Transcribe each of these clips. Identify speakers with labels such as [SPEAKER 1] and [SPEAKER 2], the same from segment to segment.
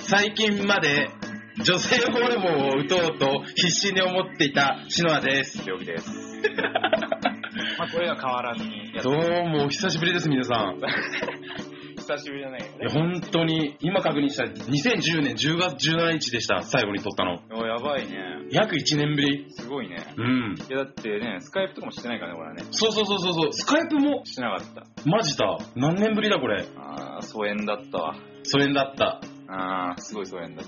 [SPEAKER 1] 最近まで女性ホルモンを打とうと必死に思っていた篠田です。
[SPEAKER 2] 料理 です。まあ、これは変わらずにやっ
[SPEAKER 1] ど
[SPEAKER 2] て
[SPEAKER 1] うもお久しぶりです、皆さん。
[SPEAKER 2] 久しぶりじゃないよ
[SPEAKER 1] い
[SPEAKER 2] ね
[SPEAKER 1] や、。本当に、今確認した2010年10月17日でした、最後に撮ったの。
[SPEAKER 2] おやばいね。
[SPEAKER 1] 約1年ぶり。
[SPEAKER 2] すごいね。
[SPEAKER 1] うん。
[SPEAKER 2] いや、だってね、スカイプとかもしてないからね、俺はね。
[SPEAKER 1] そうそうそうそうそう、スカイプも、
[SPEAKER 2] してなかった。
[SPEAKER 1] マジだ。何年ぶりだ、これ。
[SPEAKER 2] ああ、疎遠だったわ。
[SPEAKER 1] それだった。
[SPEAKER 2] ああ、すごい疎遠だっ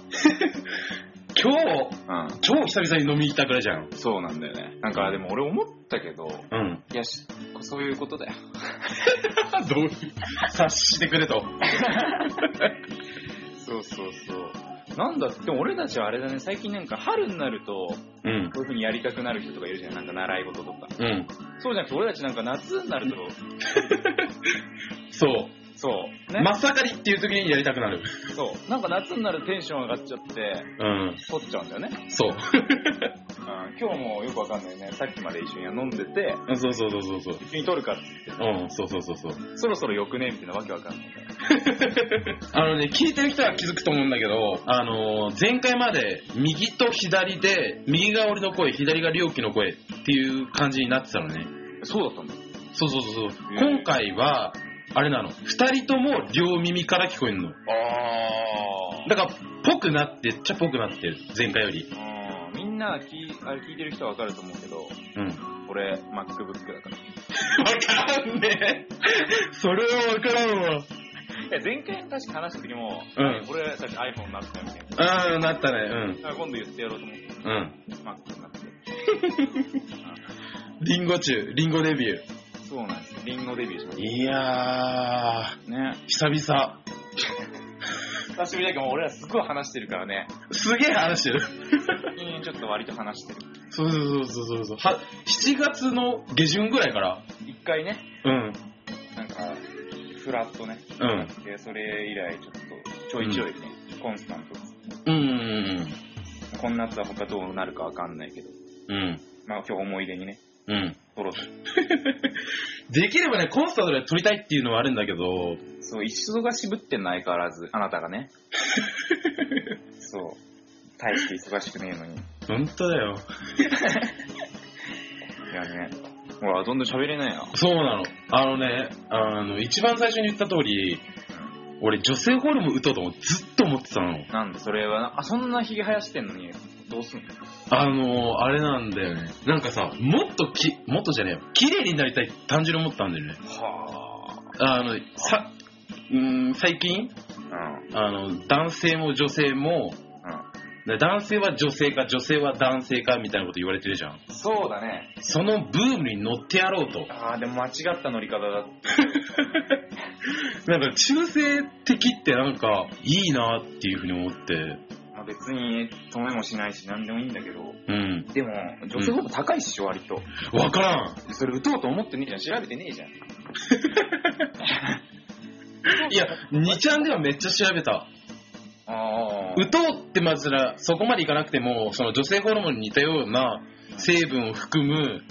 [SPEAKER 1] 今日、
[SPEAKER 2] た。う
[SPEAKER 1] 超久々に飲みに行ったくらいじゃん。
[SPEAKER 2] ん。そうなんだよね。なんか、でも俺思ったけど、
[SPEAKER 1] うん。
[SPEAKER 2] いや、しそういうことだよ。
[SPEAKER 1] どういう、察してくれと。
[SPEAKER 2] そうそうそう。なんだでも俺たちはあれだね、最近なんか春になると、
[SPEAKER 1] うん。
[SPEAKER 2] こういう風にやりたくなる人とかいるじゃん。なんか習い事とか。
[SPEAKER 1] うん。
[SPEAKER 2] そうじゃなくて、俺たちなんか夏になると、
[SPEAKER 1] そう。
[SPEAKER 2] そう。ね
[SPEAKER 1] 真っ盛りっていう時にやりたくなる。
[SPEAKER 2] そう。なんか夏になるとテンション上がっちゃって、
[SPEAKER 1] うん。
[SPEAKER 2] 取っちゃうんだよね。
[SPEAKER 1] そう。
[SPEAKER 2] うん。今日もよくわかんないね。さっきまで一緒に飲んでて、
[SPEAKER 1] そうそうそうそうそう。
[SPEAKER 2] 一緒に取るかっつって、
[SPEAKER 1] うん、そうそうそうそう。
[SPEAKER 2] そろそろよくねみたいなわけわかんないから。
[SPEAKER 1] あのね、聞いてる人は気づくと思うんだけど、あのー前回まで右と左で、右が俺の声、左が良気の声っていう感じになってたのね。
[SPEAKER 2] そうだったんだ。
[SPEAKER 1] そうそうそうそう。
[SPEAKER 2] へー
[SPEAKER 1] 今回は、あれなの。二人とも両耳から聞こえるの。
[SPEAKER 2] あ
[SPEAKER 1] だから、ぽくなってっちゃぽくなってる。前回より。
[SPEAKER 2] あー。みんな聞いあれ聞いてる人はわかると思うけど、
[SPEAKER 1] うん。
[SPEAKER 2] 俺、MacBook だから。
[SPEAKER 1] わかんねえ。それはわからんわ。
[SPEAKER 2] いや、前回確か話した時も、
[SPEAKER 1] うん
[SPEAKER 2] 俺たち iPhone になったみたいな。
[SPEAKER 1] あー、なったね。
[SPEAKER 2] だから今度言ってやろうと思って、
[SPEAKER 1] うん。うん。
[SPEAKER 2] Mac になって。
[SPEAKER 1] リンゴ中、リンゴデビュー。
[SPEAKER 2] そうなんですよ。リンゴデビューしまし
[SPEAKER 1] いや
[SPEAKER 2] た。ね。
[SPEAKER 1] ー、久々。
[SPEAKER 2] 久しぶりだけど、もう俺らすごい話してるからね。
[SPEAKER 1] すげえ話してる。
[SPEAKER 2] 最近ちょっと割と話してる。
[SPEAKER 1] そうそうそうそうそう。は、7月の下旬ぐらいから。
[SPEAKER 2] 一回ね、
[SPEAKER 1] うん。
[SPEAKER 2] なんか、フラットね。
[SPEAKER 1] うん。
[SPEAKER 2] で、それ以来ちょっと、ちょいちょいね、コンスタントに。
[SPEAKER 1] うん。
[SPEAKER 2] こんな夏は他どうなるかわかんないけど、
[SPEAKER 1] うん。
[SPEAKER 2] まあ今日思い出にね、
[SPEAKER 1] うん。
[SPEAKER 2] 撮ろうと。
[SPEAKER 1] できればね、コンスタントで撮りたいっていうのはあるんだけど、
[SPEAKER 2] そう、一度が渋ってんの相変わらず、あなたが ね。そう。大して忙しくねえのに。い
[SPEAKER 1] 本当だよ。
[SPEAKER 2] やね。ほら、どんどん喋れないな。
[SPEAKER 1] そうなの。あのね、あの、一番最初に言った通り、俺女性ホルモン打とうと思ってずっと思ってたの。
[SPEAKER 2] なんで、それはな、あ、そんなひげ生やしてんのに、どうすんの
[SPEAKER 1] あのー、あれなんだよね。なんかさ、もっとき、もっとじゃねえよ。綺麗になりたいって単純に思ったんだよね。
[SPEAKER 2] は
[SPEAKER 1] あの、さ、うーん、最近、
[SPEAKER 2] ぁ。うん。
[SPEAKER 1] あの、男性も女性も、で男性は女性か女性は男性かみたいなこと言われてるじゃん。
[SPEAKER 2] うん。そうだね。
[SPEAKER 1] そのブームに乗ってやろうと。
[SPEAKER 2] ああ、でも間違った乗り方だって。
[SPEAKER 1] なんか中性的ってなんかいいなっていうふうに思って。
[SPEAKER 2] まあ、別に止めもしないし、なんでもいいんだけど。
[SPEAKER 1] うん。
[SPEAKER 2] でも、女性ほど高いっしょ、割と。
[SPEAKER 1] わからん。
[SPEAKER 2] それ打とうと思ってねえじゃん。調べてねえじゃん。
[SPEAKER 1] いや、2ちゃんではめっちゃ調べた。
[SPEAKER 2] あ
[SPEAKER 1] 打とうってまずら、そこまでいかなくても、その女性ホルモンに似たような成分を含む、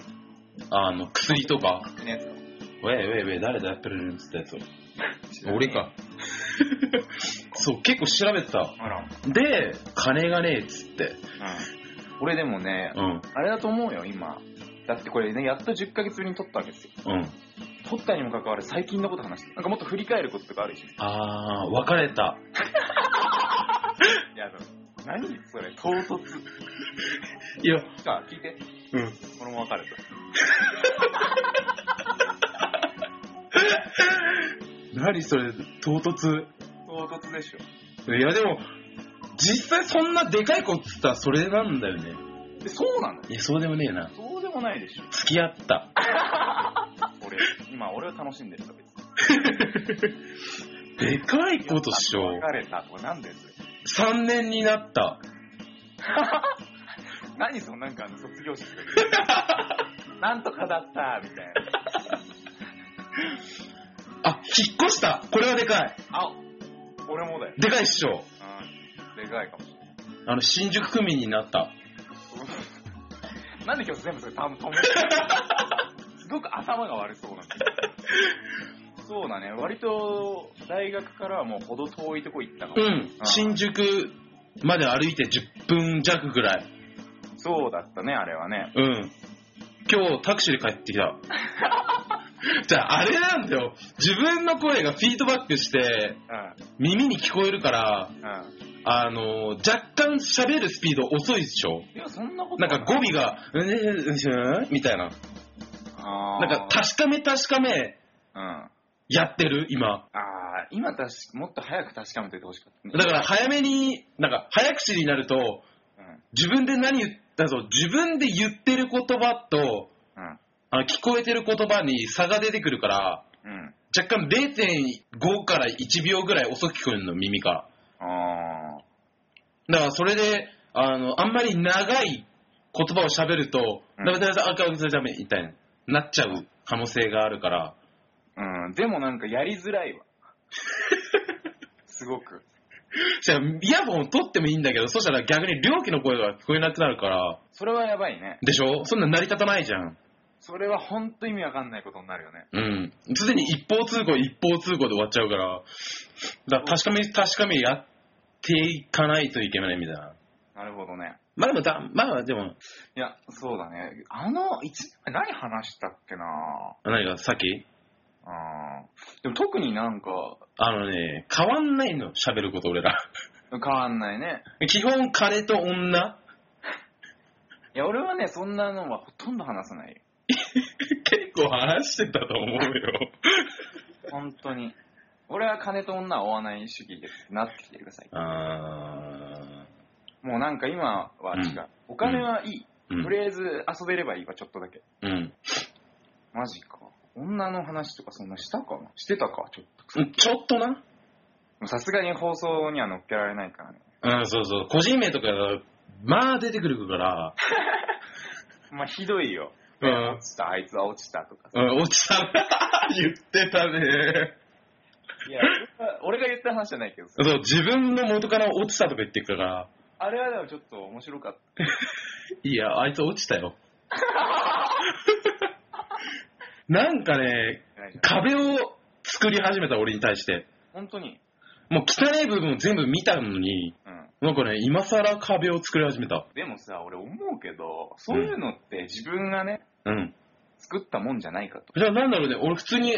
[SPEAKER 1] あの、薬とか。
[SPEAKER 2] あ。ね、
[SPEAKER 1] ウェイウェイウェイ、誰だやってるんつったやつを。俺。 か。そう、結構調べてた。
[SPEAKER 2] あら。
[SPEAKER 1] で、金がねえっつって。
[SPEAKER 2] うん。俺でもね、
[SPEAKER 1] うん、
[SPEAKER 2] あれだと思うよ、今。だってこれね、やっと10ヶ月ぶりに撮ったわけですよ。
[SPEAKER 1] うん。
[SPEAKER 2] 撮ったにもかかわらず最近のこと話して。なんかもっと振り返ることとかあるでしょ。
[SPEAKER 1] あー、別れた。
[SPEAKER 2] いや、でも何それ、唐突。
[SPEAKER 1] いや、
[SPEAKER 2] さあ、聞いて。
[SPEAKER 1] うん。
[SPEAKER 2] 俺もわかると。
[SPEAKER 1] 何それ、唐突。
[SPEAKER 2] 唐突でしょ。
[SPEAKER 1] いや、でも、実際そんなでかい子っつったらそれなんだよね。
[SPEAKER 2] で、そうなの
[SPEAKER 1] いや、そうでもねえな。
[SPEAKER 2] そうでもないでしょ。
[SPEAKER 1] 付き合った。
[SPEAKER 2] 俺、今俺は楽しんでるから別に。
[SPEAKER 1] でかい子としょ。
[SPEAKER 2] 別れたとかなんだよ、それ。
[SPEAKER 1] 3年になった。
[SPEAKER 2] 何そのなんかあの卒業式とか 言うなんとかだったみたいな
[SPEAKER 1] あ、引っ越した。これはでかい。
[SPEAKER 2] あ俺もだよ
[SPEAKER 1] でかいっしょ。
[SPEAKER 2] うんでかいかもしれない
[SPEAKER 1] あの、新宿区民になった。
[SPEAKER 2] なんで今日全部それ多分止めすごく頭が悪そうなんだそうだね。割と、大学からはもうほど遠いとこ行ったか
[SPEAKER 1] う
[SPEAKER 2] も。
[SPEAKER 1] ん、新宿まで歩いて10分弱ぐらい。
[SPEAKER 2] そうだったね、あれはね。
[SPEAKER 1] うん。今日タクシーで帰って きた。じゃあ、あれなんだよ。自分の声がフィードバックして、
[SPEAKER 2] う
[SPEAKER 1] 耳に聞こえるから、
[SPEAKER 2] ん。うん。
[SPEAKER 1] あの、若干喋るスピード遅いでしょ
[SPEAKER 2] いや、そんなこと
[SPEAKER 1] なんか語
[SPEAKER 2] ミ
[SPEAKER 1] 尾が、うんうんみたいな。
[SPEAKER 2] あ
[SPEAKER 1] なん
[SPEAKER 2] ー
[SPEAKER 1] か確かめ確かめ
[SPEAKER 2] うん。あ
[SPEAKER 1] やってる、今。
[SPEAKER 2] あー、今確かもっと早く確かめててほしかったね。
[SPEAKER 1] だから早めに、なんか早口になると、
[SPEAKER 2] うん。
[SPEAKER 1] 自分で何言ったぞ、自分で言ってる言葉と、
[SPEAKER 2] うん。
[SPEAKER 1] あの聞こえてる言葉に差が出てくるから、
[SPEAKER 2] うん。
[SPEAKER 1] 若干0.5から1秒ぐらい遅く聞こえるの、耳か
[SPEAKER 2] あ
[SPEAKER 1] ら。だからそれで、あの、あんまり長い言葉を喋ると、
[SPEAKER 2] うん
[SPEAKER 1] ダメダメダメ、あかん、ダメダメ、みたいな、なっちゃう可能性があるから、
[SPEAKER 2] あ。うん。でもなんかやりづらいわ。すごく。
[SPEAKER 1] じゃあイヤホン取ってもいいんだけど、そしたら逆に両機の声が聞こえなくなるから、
[SPEAKER 2] それはやばいね。
[SPEAKER 1] でしょそんな成り立たないじゃん。
[SPEAKER 2] それはほんと意味わかんないことになるよね。
[SPEAKER 1] うん。すでに一方通行、一方通行で終わっちゃうから、だから確かめ、確かめやっていかないといけないみたいな。
[SPEAKER 2] なるほどね。
[SPEAKER 1] まあでもだ、まあでも、
[SPEAKER 2] いや、そうだね。あの、一、何話したっけな
[SPEAKER 1] 何かさっき
[SPEAKER 2] あーでも特になんか、
[SPEAKER 1] あのね、変わんないの、喋ること俺 ら。
[SPEAKER 2] 変わんないね。
[SPEAKER 1] 基本、金と女
[SPEAKER 2] いや、俺はね、そんなのはほとんど話さないよ。
[SPEAKER 1] 結構話してたと思うよ。
[SPEAKER 2] 本当に。俺は金と女は追わない主義です。なってきてください。
[SPEAKER 1] あ
[SPEAKER 2] もうなんか今は違う。
[SPEAKER 1] うん
[SPEAKER 2] お金はいい。
[SPEAKER 1] ー。うん
[SPEAKER 2] と。りあえず遊べればいいわ、ちょっとだけ。
[SPEAKER 1] うん
[SPEAKER 2] マジか。女の話とかそんなしたかなしてたか、ちょっ
[SPEAKER 1] うん。ちょっとな。
[SPEAKER 2] と。さすがに放送には乗っけられないからね。
[SPEAKER 1] うん、そうそう。個人名とか、まあ出てくるから、
[SPEAKER 2] まあ、ひどいよ。
[SPEAKER 1] うん
[SPEAKER 2] 落ちた、あいつは落ちたとかさ。
[SPEAKER 1] うん、落ちた。言ってたね。
[SPEAKER 2] いや、俺が俺が言った話じゃないけどさ。
[SPEAKER 1] そう、自分の元から落ちたとか言ってるから、
[SPEAKER 2] あれはでもちょっと面白かった。
[SPEAKER 1] いや、あいつ落ちたよ。 なんかね、
[SPEAKER 2] ないじゃん
[SPEAKER 1] 壁を作り始めた俺に対して。
[SPEAKER 2] 本当に。
[SPEAKER 1] もう汚い部分を全部見たのに、
[SPEAKER 2] うん。
[SPEAKER 1] なんかね、今更壁を作り始めた。
[SPEAKER 2] でもさ、俺思うけど、そういうのって自分がね、
[SPEAKER 1] うん。
[SPEAKER 2] 作ったもんじゃないかと。
[SPEAKER 1] じゃあなんだろうね、俺普通に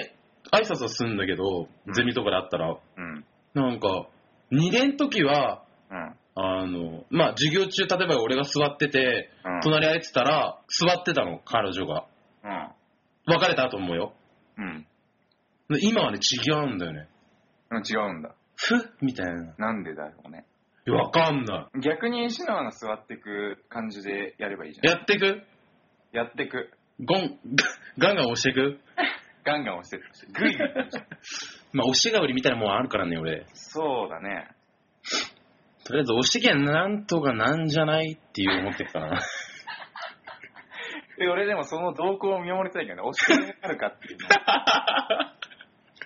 [SPEAKER 1] 挨拶はするんだけど、
[SPEAKER 2] うん
[SPEAKER 1] ゼミとかで会ったら、
[SPEAKER 2] うん。
[SPEAKER 1] なんか、2年時は、
[SPEAKER 2] うん。
[SPEAKER 1] あの、まあ、授業中、例えば俺が座ってて、
[SPEAKER 2] うん。
[SPEAKER 1] 隣空いてたら、座ってたの、彼女が。別れたと思うよ。
[SPEAKER 2] うん。うん。
[SPEAKER 1] で今はね、違うんだよね。
[SPEAKER 2] うん違うんだ。
[SPEAKER 1] ふっみたいな。
[SPEAKER 2] なんでだろうね。
[SPEAKER 1] いやわかんな
[SPEAKER 2] 逆にシノアが座ってく感じでやればいいじ
[SPEAKER 1] い。
[SPEAKER 2] ゃん。
[SPEAKER 1] やってく
[SPEAKER 2] やってく。
[SPEAKER 1] ゴン、 ガンガン押してく
[SPEAKER 2] ガンガン押してってほしい。グイグイ押して ほしい。
[SPEAKER 1] まあ、押しが売りみたいなもんあるからね、俺。
[SPEAKER 2] そうだね。
[SPEAKER 1] とりあえず押してきゃなんとかなんじゃないっていう思ってるからな。
[SPEAKER 2] で俺でもその動向を見守りたいけどね、押してくれるかっていうね。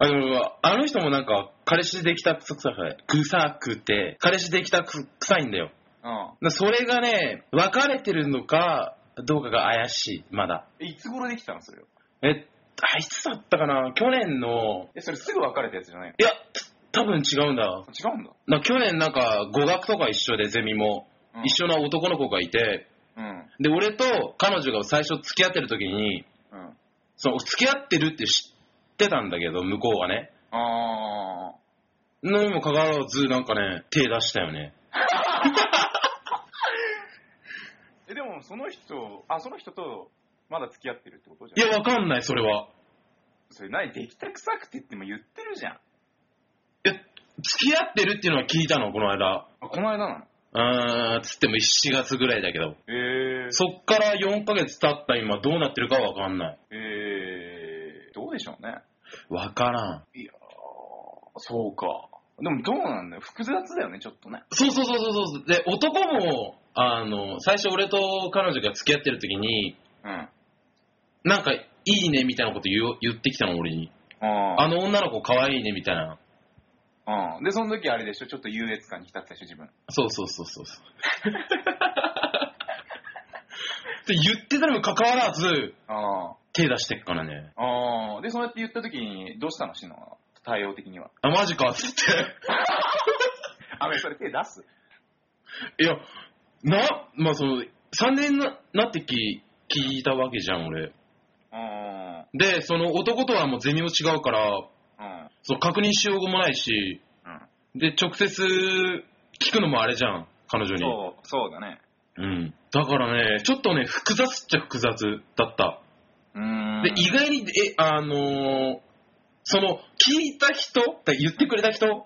[SPEAKER 1] あの、あの人もなんか、彼氏できたくさ臭い。臭くて、彼氏できたく臭いんだよ。だそれがね、別れてるのか、どうかが怪しい、まだ。
[SPEAKER 2] うん。いつ頃できたのそれを。
[SPEAKER 1] え、あいつだったかな去年の、
[SPEAKER 2] え、それすぐ別れたやつじゃないの
[SPEAKER 1] いや、多分違うんだ。
[SPEAKER 2] 違うんだ。
[SPEAKER 1] な去年なんか語学とか一緒でゼミも、
[SPEAKER 2] うん、
[SPEAKER 1] 一緒な男の子がいて
[SPEAKER 2] うん。
[SPEAKER 1] で俺と彼女が最初付き合ってる時に
[SPEAKER 2] うん。
[SPEAKER 1] その付き合ってるって知ってたんだけど向こうはね
[SPEAKER 2] あ
[SPEAKER 1] のにもかかわらずなんかね手出したよね
[SPEAKER 2] ー。え、でもその人、あ、その人とまだ付き合ってるってことじゃん
[SPEAKER 1] い。やわかんないそれは
[SPEAKER 2] それ何できた臭くてっても言ってるじゃん。
[SPEAKER 1] え付き合ってるっていうのは聞いたのこの間
[SPEAKER 2] あ、この間な
[SPEAKER 1] う
[SPEAKER 2] の
[SPEAKER 1] ーんつっても7月ぐらいだけど
[SPEAKER 2] えー、
[SPEAKER 1] そっから4ヶ月経った今どうなってるかはわかんない
[SPEAKER 2] えー、どうでしょうね。
[SPEAKER 1] わからん
[SPEAKER 2] いやー、そうか。でもどうなんだよ。複雑だよね、ちょっとね。
[SPEAKER 1] そうそうそうそうそうで男もあの最初俺と彼女が付き合ってる時に
[SPEAKER 2] うん。あ
[SPEAKER 1] なんか、いいねみたいなこと言う言ってきたの、俺に。
[SPEAKER 2] あ
[SPEAKER 1] あの女の子可愛いねみたいな。
[SPEAKER 2] ー。うん。で、その時あれでしょ、ちょっと優 越感に浸ってたでしょ、自分。
[SPEAKER 1] そうそうそうそう。って言ってたにもかかわらず、
[SPEAKER 2] あ
[SPEAKER 1] 手出してっからね。
[SPEAKER 2] あ。ああ。で、そうやって言った時に、どうしたのしのは対応的には。
[SPEAKER 1] あ、マジかっつって。
[SPEAKER 2] あ、それ手出す
[SPEAKER 1] いや、な、まあその、3年ななってき、聞いたわけじゃん、俺。
[SPEAKER 2] うん。
[SPEAKER 1] で、その男とはもうゼミも違うから、
[SPEAKER 2] うん。
[SPEAKER 1] そう確認しようもないし、で、直接聞くのもあれじゃん、彼女
[SPEAKER 2] うん。
[SPEAKER 1] に。
[SPEAKER 2] そう、そうだね。
[SPEAKER 1] うん。だからね、ちょっとね、複雑っちゃ複雑だった。
[SPEAKER 2] うーん。
[SPEAKER 1] で、意外に、え、あのーその、聞いた人って言ってくれた人
[SPEAKER 2] うん。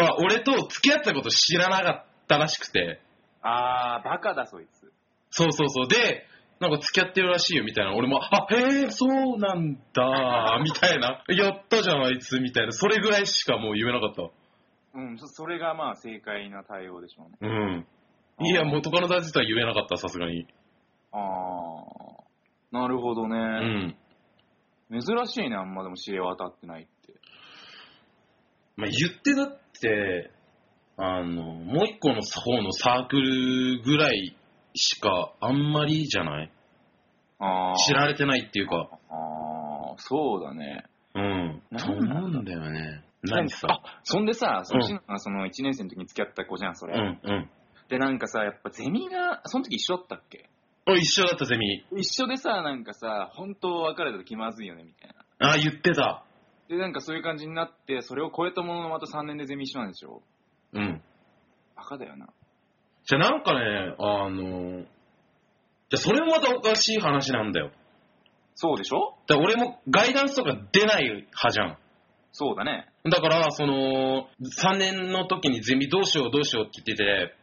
[SPEAKER 1] は、俺と付き合ってたこと知らなかったらしくて。
[SPEAKER 2] あー、バカだ、そいつ。
[SPEAKER 1] そうそうそう。で、なんか付き合ってるらしいよ、みたいな。俺も、あ、へえ、そうなん だ、みたいな。やったじゃん、あいつ、みたいな。それぐらいしかもう言えなかっ
[SPEAKER 2] うん、そそれがまあ正解な対応でしょうね。
[SPEAKER 1] た。うん。いや、元カノだってとは言えなかった、さすがに。
[SPEAKER 2] あー、なるほど
[SPEAKER 1] う
[SPEAKER 2] ね。
[SPEAKER 1] ん。
[SPEAKER 2] 珍しいね、あんまでも知れ渡ってないって。
[SPEAKER 1] まあ、言ってだって、あの、もう一個の方のサークルぐらいしかあんまりじゃない
[SPEAKER 2] あー、
[SPEAKER 1] 知られてないっていうか。
[SPEAKER 2] あー、そうだね。
[SPEAKER 1] うん。
[SPEAKER 2] な
[SPEAKER 1] と
[SPEAKER 2] んなんだ
[SPEAKER 1] 思うんだよね。何さ。
[SPEAKER 2] あ、そんでさ、そ
[SPEAKER 1] うん
[SPEAKER 2] のその1年生の時に付き合った子じゃん、そうれ。
[SPEAKER 1] んうん。
[SPEAKER 2] で、なんかさ、やっぱゼミが、その時一緒だったっけ
[SPEAKER 1] お一緒だった、ゼミ。
[SPEAKER 2] 一緒でさ、なんかさ、本当別れたと気まずいよね、みたいな。
[SPEAKER 1] あ、言ってた。
[SPEAKER 2] で、なんかそういう感じになって、それを超えたもののまた3年でゼミ一緒なんでしょ
[SPEAKER 1] うん。
[SPEAKER 2] バカだよな。
[SPEAKER 1] じゃあなんかね、あの、じゃあそれもまたおかしい話なんだよ。
[SPEAKER 2] そうでしょ
[SPEAKER 1] だから俺もガイダンスとか出ない派じゃん。
[SPEAKER 2] そうだね。
[SPEAKER 1] だから、その、3年の時にゼミどうしようどうしようって言って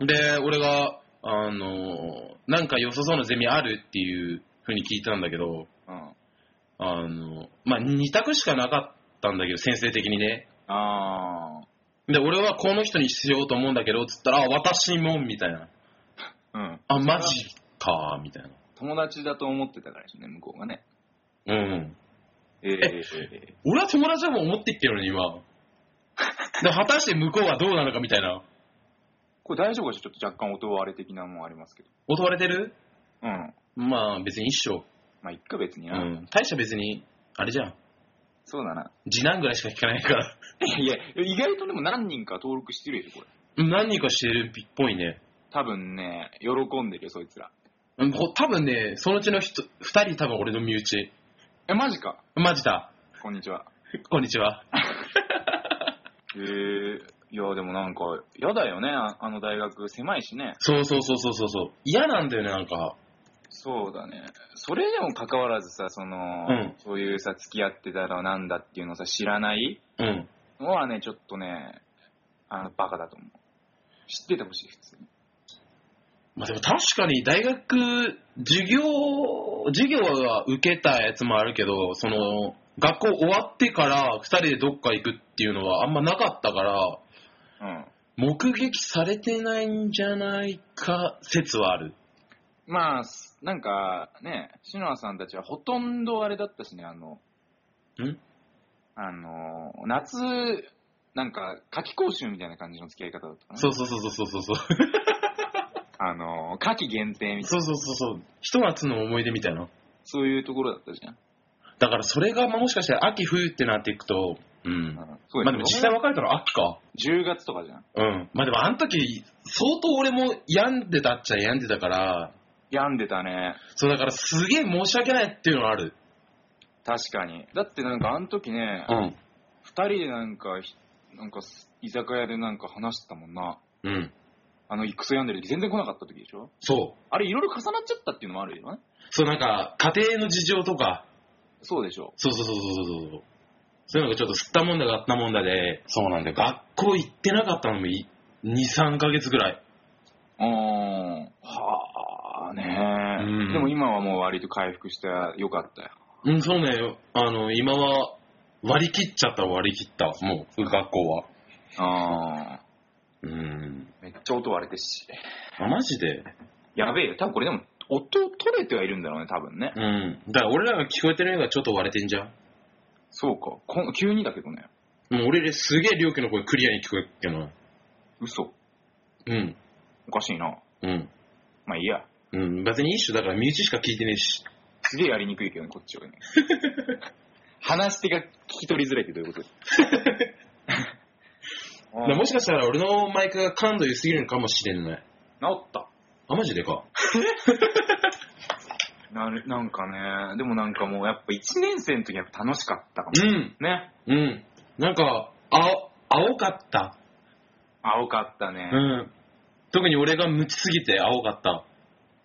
[SPEAKER 2] うん。
[SPEAKER 1] て、で、俺が、あの、なんか良さそうなゼミあるっていう風に聞いたんだけど、
[SPEAKER 2] うん。
[SPEAKER 1] あの、まあ、2択しかなかったんだけど、先生的にね。
[SPEAKER 2] あ
[SPEAKER 1] で、俺はこの人にしようと思うんだけど、つったら、あ、私も、みたいな。
[SPEAKER 2] ー。うん。
[SPEAKER 1] あ、マジか、みたいな。
[SPEAKER 2] 友達だと思ってたからですね、向こうがね。
[SPEAKER 1] うん。
[SPEAKER 2] ええ
[SPEAKER 1] 俺は友達だもん思って言ってるのに今。で果たして向こうはどうなのかみたいな。
[SPEAKER 2] これ大丈夫かしらちょっと若干音割れ的なもんありますけど。
[SPEAKER 1] 襲われてる
[SPEAKER 2] うん。
[SPEAKER 1] まあ別に一緒。
[SPEAKER 2] まあ、いっか別に
[SPEAKER 1] う
[SPEAKER 2] な。
[SPEAKER 1] ん。大した別に、あれじゃん。
[SPEAKER 2] そうだな。
[SPEAKER 1] 次男ぐらいしか聞かないから。
[SPEAKER 2] いや、意外とでも何人か登録してるでしょ、これ。
[SPEAKER 1] 何人かしてるっぽいね。
[SPEAKER 2] 多分ね、喜んでるよ、そいつら。
[SPEAKER 1] うんほ多分ね、そのうちの人二人多分俺の身内。
[SPEAKER 2] え、マジか。
[SPEAKER 1] マジだ。
[SPEAKER 2] こんにちは。
[SPEAKER 1] こんにちは。
[SPEAKER 2] ええいや、でもなんか、やだよね、ああの大学。狭いしね。
[SPEAKER 1] そうそうそうそうそうそう。嫌なんだよね、なんか。
[SPEAKER 2] そうだね。それでも関わらずさ、その、
[SPEAKER 1] うん
[SPEAKER 2] そういうさ、付き合ってたらなんだっていうのをさ、知らない
[SPEAKER 1] うん。
[SPEAKER 2] のはね、ちょっとね、あの、バカだと思う。知っててほしい、普通に。
[SPEAKER 1] まあでも確かに大学、授業、授業は受けたやつもあるけど、その、学校終わってから二人でどっか行くっていうのはあんまなかったから、
[SPEAKER 2] うん。
[SPEAKER 1] 目撃されてないんじゃないか説はある。
[SPEAKER 2] まあ、すなんかね、篠原さんたちはほとんどあれだったしね、あの、
[SPEAKER 1] ん
[SPEAKER 2] あの、夏、なんか、夏期講習みたいな感じの付き合い方だったかな。
[SPEAKER 1] そうそうそうそうそうそう。
[SPEAKER 2] あの、夏季限定みた
[SPEAKER 1] そ
[SPEAKER 2] いな、
[SPEAKER 1] うそうそうそう。一夏の思い出みたいな。
[SPEAKER 2] そういうところだったじゃん。
[SPEAKER 1] だからそれがまあもしかして秋冬ってなっていくと、うん。ま
[SPEAKER 2] うんそう
[SPEAKER 1] あ
[SPEAKER 2] だ
[SPEAKER 1] で
[SPEAKER 2] よ
[SPEAKER 1] も実際別れたの秋か。
[SPEAKER 2] 10月とかじゃん。
[SPEAKER 1] うん。まあでもあの時、相当俺も病んでたっちゃ病んでたから、
[SPEAKER 2] 病んでたね。
[SPEAKER 1] そうだからすげえ申し訳ないっていうのはある。
[SPEAKER 2] 確かに。だってなんかあの時ね、
[SPEAKER 1] ん。
[SPEAKER 2] 二人でなんかひ、なんかす居酒屋でなんか話してたもんな。
[SPEAKER 1] うん。
[SPEAKER 2] あの、クソ病んでる時全然来なかった時でしょ
[SPEAKER 1] そう。
[SPEAKER 2] あれいろいろ重なっちゃったっていうのもあるよね。
[SPEAKER 1] そうなんか、家庭の事情とか、
[SPEAKER 2] そうでしょ。
[SPEAKER 1] そうそうそうそうそうそう。そういうのがちょっと吸ったもんだがあったもんだで、そうなんだよ。学校行ってなかったのもい2、3ヶ月ぐらい。
[SPEAKER 2] うーん。はあね、
[SPEAKER 1] うん
[SPEAKER 2] でも今はもう割と回復してよかったよ。
[SPEAKER 1] うん、そうね。あの、今は割り切っちゃった割り切った。もう、学校は。
[SPEAKER 2] あ
[SPEAKER 1] うん。
[SPEAKER 2] ーめっちゃ音割れてるし。
[SPEAKER 1] あマジで
[SPEAKER 2] やべえよ。多分これでも音取れてはいるんだろうね、多分ね。
[SPEAKER 1] うん。だから俺らが聞こえてるのがちょっと割れてんじゃん。
[SPEAKER 2] そうか。こん急にだけどね。
[SPEAKER 1] もう俺らすげえ両家の声クリアに聞こえるけどな。
[SPEAKER 2] 嘘。
[SPEAKER 1] うん。
[SPEAKER 2] おかしいな。
[SPEAKER 1] うん。
[SPEAKER 2] まあいいや。
[SPEAKER 1] うん、別に一緒だから身内しか聞いてねえし。
[SPEAKER 2] すげえやりにくいけどね、こっちはね。 話し手が聞き取りづらいってどういうこと あ
[SPEAKER 1] だからもしかしたら俺のマイクが感度良すぎるのかもしれない。
[SPEAKER 2] 治った。
[SPEAKER 1] あ、マジでか。
[SPEAKER 2] なる、なんかね、でもなんかもうやっぱ1年生の時はやっぱ楽しかったかも。
[SPEAKER 1] うん、
[SPEAKER 2] ね。
[SPEAKER 1] うん。なんか、青、青かった。
[SPEAKER 2] 青かったね。
[SPEAKER 1] うん。特に俺が無知すぎて青かった。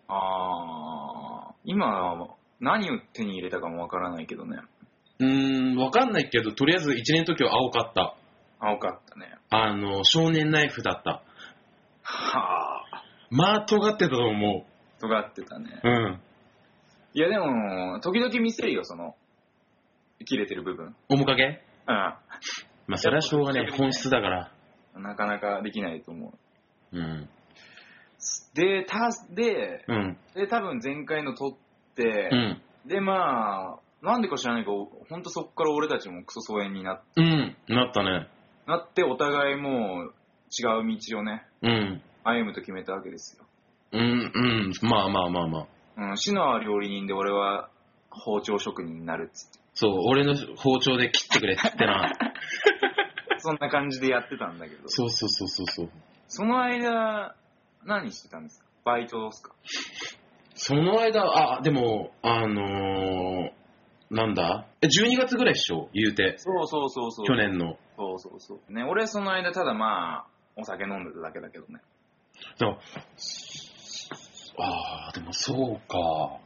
[SPEAKER 2] あー、今、何を手に入れたかもわからないけどね。
[SPEAKER 1] うーん、わかんないけど、とりあえず1年の時は青かった。
[SPEAKER 2] 青かったね。
[SPEAKER 1] あの、少年ナイフだった。
[SPEAKER 2] はあ
[SPEAKER 1] まあ、尖ってたと思
[SPEAKER 2] 尖ってたね。
[SPEAKER 1] う。うん。
[SPEAKER 2] いやでも、時々見せるよ、その、切れてる部分。
[SPEAKER 1] 面影
[SPEAKER 2] う
[SPEAKER 1] まあ、それはしょうがない。本質だから。
[SPEAKER 2] ん。なかなかできないと思う。
[SPEAKER 1] うん。
[SPEAKER 2] で、た、で、
[SPEAKER 1] うん。
[SPEAKER 2] で、多分前回の撮って
[SPEAKER 1] う、ん。
[SPEAKER 2] で、まあ、なんでか知らないけど、ほんとそっから俺たちもクソ疎遠になっ
[SPEAKER 1] うん。なったね。
[SPEAKER 2] なって、お互いもう違う道をね、
[SPEAKER 1] うん。
[SPEAKER 2] 歩むと決めたわけですよ。
[SPEAKER 1] うん、うん。まあまあまあまあ。
[SPEAKER 2] うん、死の料理人で俺は包丁職人になるっつ って。
[SPEAKER 1] そう、俺の包丁で切ってくれってな。
[SPEAKER 2] そんな感じでやってたんだけど。
[SPEAKER 1] そうそうそうそうそう。
[SPEAKER 2] その間、何してたんですかバイトですか
[SPEAKER 1] その間、あ、でも、あのー、なんだえ、12月ぐらいっしょ言うて。
[SPEAKER 2] そうそうそうそう。
[SPEAKER 1] 去。年の。
[SPEAKER 2] そうそうそう。ね、俺その間ただまあ、お酒飲んでただけだけどね。
[SPEAKER 1] でも、ああ、でもそうか。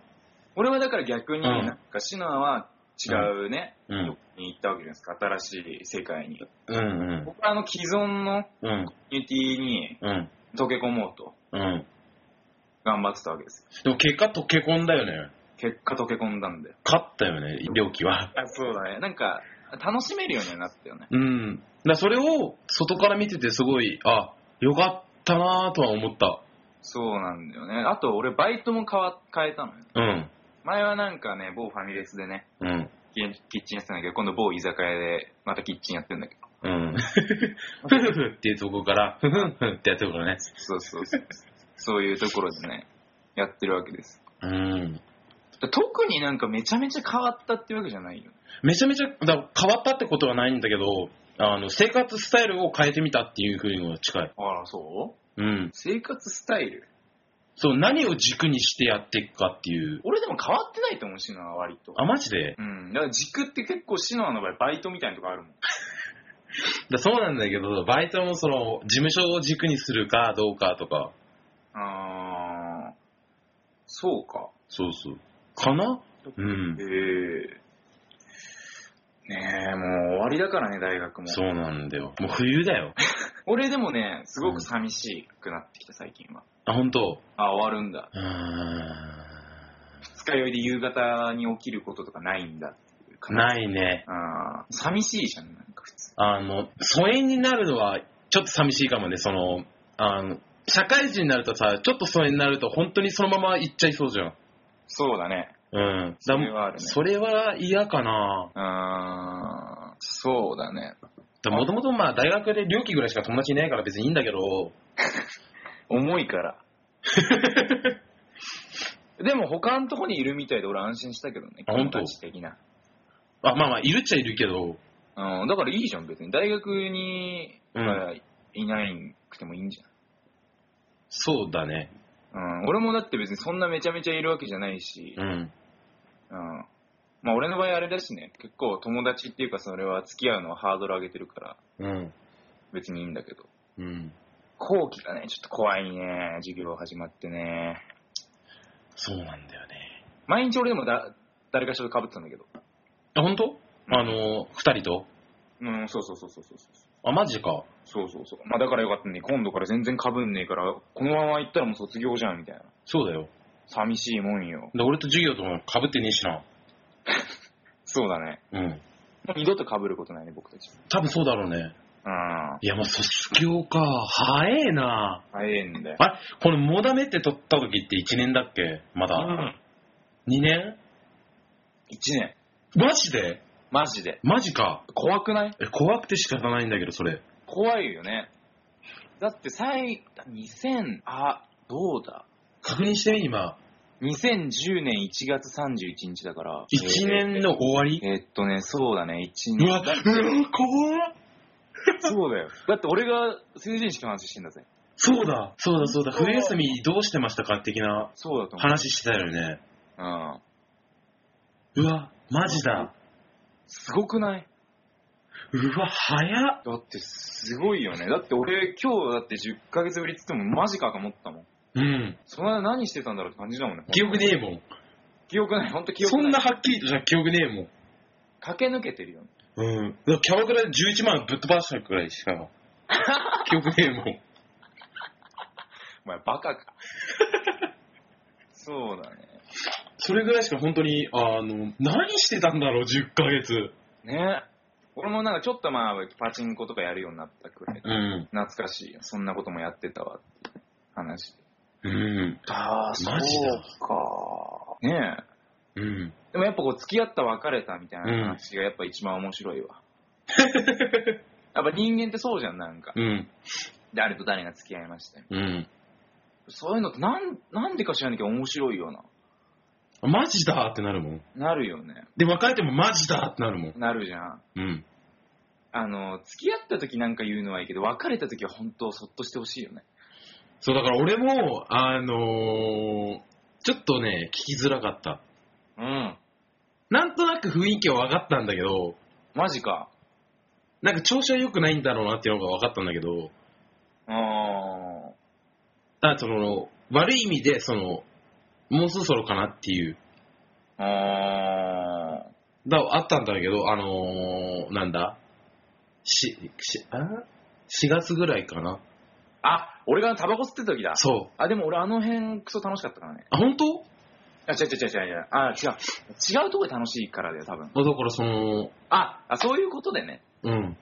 [SPEAKER 2] 俺はだから逆に、
[SPEAKER 1] うん
[SPEAKER 2] なんかシノアは違うね、
[SPEAKER 1] うん
[SPEAKER 2] とこに行ったわけじゃないですか。新しい世界に。
[SPEAKER 1] うん
[SPEAKER 2] 僕はあの既存の
[SPEAKER 1] うん。うん。
[SPEAKER 2] コミュニティに
[SPEAKER 1] うん。
[SPEAKER 2] 溶け込もうと
[SPEAKER 1] うん。
[SPEAKER 2] 頑張ってたわけですよ。
[SPEAKER 1] でも結果溶け込んだよね。
[SPEAKER 2] 結果溶け込んだんで。
[SPEAKER 1] 勝ったよね、病気は。
[SPEAKER 2] あ、そうだね。なんか、楽しめるようになったよね。
[SPEAKER 1] うん。だからそれを外から見ててすごい、あ、よかったなとは思った。
[SPEAKER 2] そうなんだよね。あと俺バイトも変わ変えたのよ。
[SPEAKER 1] うん。
[SPEAKER 2] 前はなんかね、某ファミレスでね、
[SPEAKER 1] うん。
[SPEAKER 2] キッチンやってたんだけど、今度某居酒屋でまたキッチンやってんだけ
[SPEAKER 1] う
[SPEAKER 2] ど。
[SPEAKER 1] ん。ふふふっていうとこから、ふふんふんってやってるからね。
[SPEAKER 2] そうそう そう。そういうところでね、やってるわけです。
[SPEAKER 1] うん。
[SPEAKER 2] 特になんかめちゃめちゃ変わったってわけじゃないよ。
[SPEAKER 1] めちゃめちゃ、だから変わったってことはないんだけど、あの、生活スタイルを変えてみたっていう風には近い。
[SPEAKER 2] あら、そう
[SPEAKER 1] うん。
[SPEAKER 2] 生活スタイル
[SPEAKER 1] そう、何を軸にしてやっていくかっていう。
[SPEAKER 2] 俺でも変わってないと思うしな、割と。
[SPEAKER 1] あ、マジで
[SPEAKER 2] うん。だから軸って結構シノアの場合バイトみたいなとこあるもん。
[SPEAKER 1] だそうなんだけど、バイトもその、事務所を軸にするかどうかとか。
[SPEAKER 2] あー、そうか。
[SPEAKER 1] そうそう。かなうん
[SPEAKER 2] え。えねえ、もう終わりだからね、大学も。
[SPEAKER 1] そうなんだよ。もう冬だ よ。
[SPEAKER 2] 俺でもね、すごく寂しくなってきた、最近は。
[SPEAKER 1] あ、本当。
[SPEAKER 2] あ、終わるんだ。
[SPEAKER 1] うーん。
[SPEAKER 2] 二日酔いで夕方に起きることとかないんだっていうい。
[SPEAKER 1] ないね。
[SPEAKER 2] あー寂しいじゃん、なんか普通。
[SPEAKER 1] あの、疎遠になるのは、ちょっと寂しいかもね、その、あの、社会人になるとさ、ちょっと疎遠になると、本当にそのまま行っちゃいそうじゃん。
[SPEAKER 2] そうだね。
[SPEAKER 1] うん。
[SPEAKER 2] それはあるね
[SPEAKER 1] それは嫌かな。
[SPEAKER 2] あーそうだね。
[SPEAKER 1] もともとまあ、大学で両期ぐらいしか友達いないから別にいいんだけど、
[SPEAKER 2] 重 いから。でも他のとこにいるみたいで俺安心したけどね。
[SPEAKER 1] あ本当
[SPEAKER 2] 友達的な。
[SPEAKER 1] あまあまあ、いるっちゃいるけど、
[SPEAKER 2] うん、だからいいじゃん、別に。大学に、
[SPEAKER 1] うん
[SPEAKER 2] いないくてもいいんじ
[SPEAKER 1] そうだね。
[SPEAKER 2] ゃん。うん、俺もだって別にそんなめちゃめちゃいるわけじゃないし、
[SPEAKER 1] うん。
[SPEAKER 2] うん。まあ俺の場合あれだしね、結構友達っていうかそれは付き合うのはハードル上げてるから、
[SPEAKER 1] うん。
[SPEAKER 2] 別にいいんだけど。
[SPEAKER 1] うん。
[SPEAKER 2] 後期がね、ちょっと怖いね、授業始まってね。
[SPEAKER 1] そうなんだよね。
[SPEAKER 2] 毎日俺でもだ誰かしらと被ってたんだけど。
[SPEAKER 1] あ、本当あの、二人と
[SPEAKER 2] うん、そうそうそうそうそうそう。
[SPEAKER 1] あ、マジか。
[SPEAKER 2] そうそうそう。まあだからよかったね。今度から全然被んねえから、このまま行ったらもう卒業じゃん、みたいな。
[SPEAKER 1] そうだよ。
[SPEAKER 2] 寂しいもんよ。
[SPEAKER 1] で俺と授業とも被ってねえしな。
[SPEAKER 2] そうだね。
[SPEAKER 1] うん。
[SPEAKER 2] もう二度と被ることないね、僕たち。
[SPEAKER 1] 多分そうだろうね。
[SPEAKER 2] うん。
[SPEAKER 1] いや、もう卒業か。早えな。
[SPEAKER 2] 早えんだよ。
[SPEAKER 1] あれこのモダメって取った時って1年だっけまだ。2年
[SPEAKER 2] 一年。
[SPEAKER 1] マジで
[SPEAKER 2] マジで。
[SPEAKER 1] マジか。
[SPEAKER 2] 怖くない
[SPEAKER 1] え、怖くて仕方ないんだけど、それ。
[SPEAKER 2] 怖いよね。だって最、2000、あ、どうだ
[SPEAKER 1] 確認してみ、今。
[SPEAKER 2] 2010年1月31日だから。
[SPEAKER 1] 1年の終わり
[SPEAKER 2] えーえっとね、そうだね、1
[SPEAKER 1] う
[SPEAKER 2] 年。
[SPEAKER 1] わ、うわ、怖っ
[SPEAKER 2] そうだよ。だって俺が成人式の話してんだぜ。
[SPEAKER 1] そうだ、そうだ、そうだ、冬休みどうしてましたか的な
[SPEAKER 2] そうだと思う。
[SPEAKER 1] 話してたよね。
[SPEAKER 2] うん。
[SPEAKER 1] うわ、マジだ。
[SPEAKER 2] すごくないう
[SPEAKER 1] わ、早っ。
[SPEAKER 2] だってすごいよね。だって俺今日だって10ヶ月ぶりっつってもマジかと思ったもん。
[SPEAKER 1] うん。
[SPEAKER 2] その間何してたんだろうって感じだもんね。
[SPEAKER 1] 記憶ねえもん。
[SPEAKER 2] 記憶ない。ほんと記憶
[SPEAKER 1] そ
[SPEAKER 2] ない。
[SPEAKER 1] んなはっきりとじゃ記憶ねえもん。
[SPEAKER 2] 駆け抜けてるよね。
[SPEAKER 1] うん。だからキャバクラで11万ぶっ飛ばしたくらいし か、記憶ねえもん。
[SPEAKER 2] お前バ カか。そうだね。
[SPEAKER 1] それぐらいしか本当に、あの、何してたんだろう、10ヶ月。
[SPEAKER 2] ね俺もなんかちょっとまあパチンコとかやるようになったくらい。
[SPEAKER 1] うん。
[SPEAKER 2] 懐かしいよ。そんなこともやってたわっていう話。
[SPEAKER 1] うん。
[SPEAKER 2] ああ、
[SPEAKER 1] マジだ
[SPEAKER 2] か。ねえ。
[SPEAKER 1] うん。
[SPEAKER 2] でもやっぱこう付き合った別れたみたいな話がやっぱ一番面白 いわ。やっぱ人間ってそうじゃん、なんか。
[SPEAKER 1] うん。
[SPEAKER 2] 誰と誰が付き合いましたよ
[SPEAKER 1] うん。
[SPEAKER 2] そういうのってなん、なんでか知らないけど面白いよな。
[SPEAKER 1] マジだってなるもん。
[SPEAKER 2] なるよね。
[SPEAKER 1] で、別れてもマジだってなるもん。
[SPEAKER 2] なるじゃん。
[SPEAKER 1] うん。
[SPEAKER 2] あの、付き合った時なんか言うのはいいけど、別れた時は本当そっとしてほしいよね。
[SPEAKER 1] そう、だから俺も、あのーちょっとね、聞きづらかった。
[SPEAKER 2] うん。
[SPEAKER 1] なんとなく雰囲気は分かったんだけど、
[SPEAKER 2] マジか。
[SPEAKER 1] なんか調子は良くないんだろうなっていうのが分かったんだけど、
[SPEAKER 2] あー
[SPEAKER 1] あその、悪い意味で、その、もうそろそろかなっていう、
[SPEAKER 2] あー
[SPEAKER 1] だあったんだけど、あのーなんだ、し、し、あ ?4 月ぐらいかな。
[SPEAKER 2] あ、俺がタバコ吸ってた時だ。
[SPEAKER 1] そう。
[SPEAKER 2] あ、でも俺あの辺クソ楽しかったからね。
[SPEAKER 1] あ、本当
[SPEAKER 2] あ、違う違う違う違う。あ、違う。違うとこで楽しいからだよ、多分。
[SPEAKER 1] あだからその、
[SPEAKER 2] あ、あそういうことでね。
[SPEAKER 1] うん。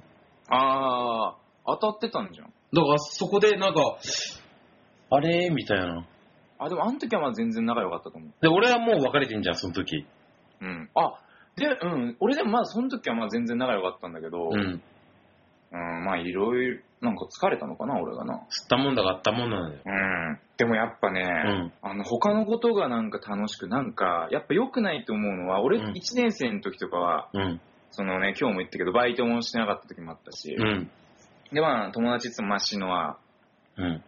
[SPEAKER 2] あー、当たってたんじゃん。
[SPEAKER 1] だからそこでなんか、あれみたいな。
[SPEAKER 2] あ、でもあの時はまあ全然仲良かったと思う。
[SPEAKER 1] で、俺はもう別れてんじゃん、その時。
[SPEAKER 2] うん。あ、で、うん。俺でもまあその時はまあ全然仲良かったんだけ
[SPEAKER 1] う
[SPEAKER 2] ど、うん、
[SPEAKER 1] ん。
[SPEAKER 2] まあいろいろ、なんか疲れたのかな、俺がな。
[SPEAKER 1] 吸ったもんだがあったもんなんだよ。
[SPEAKER 2] うん。でもやっぱね、
[SPEAKER 1] うん。
[SPEAKER 2] あの、他のことがなんか楽しく、なんか、やっぱ良くないと思うのは、俺
[SPEAKER 1] うん
[SPEAKER 2] 1年生の時とかは、
[SPEAKER 1] うん。
[SPEAKER 2] そのね、今日も言ったけど、バイトもしてなかった時もあったし、
[SPEAKER 1] うん。
[SPEAKER 2] で、まあ、友達とマシノア
[SPEAKER 1] うん。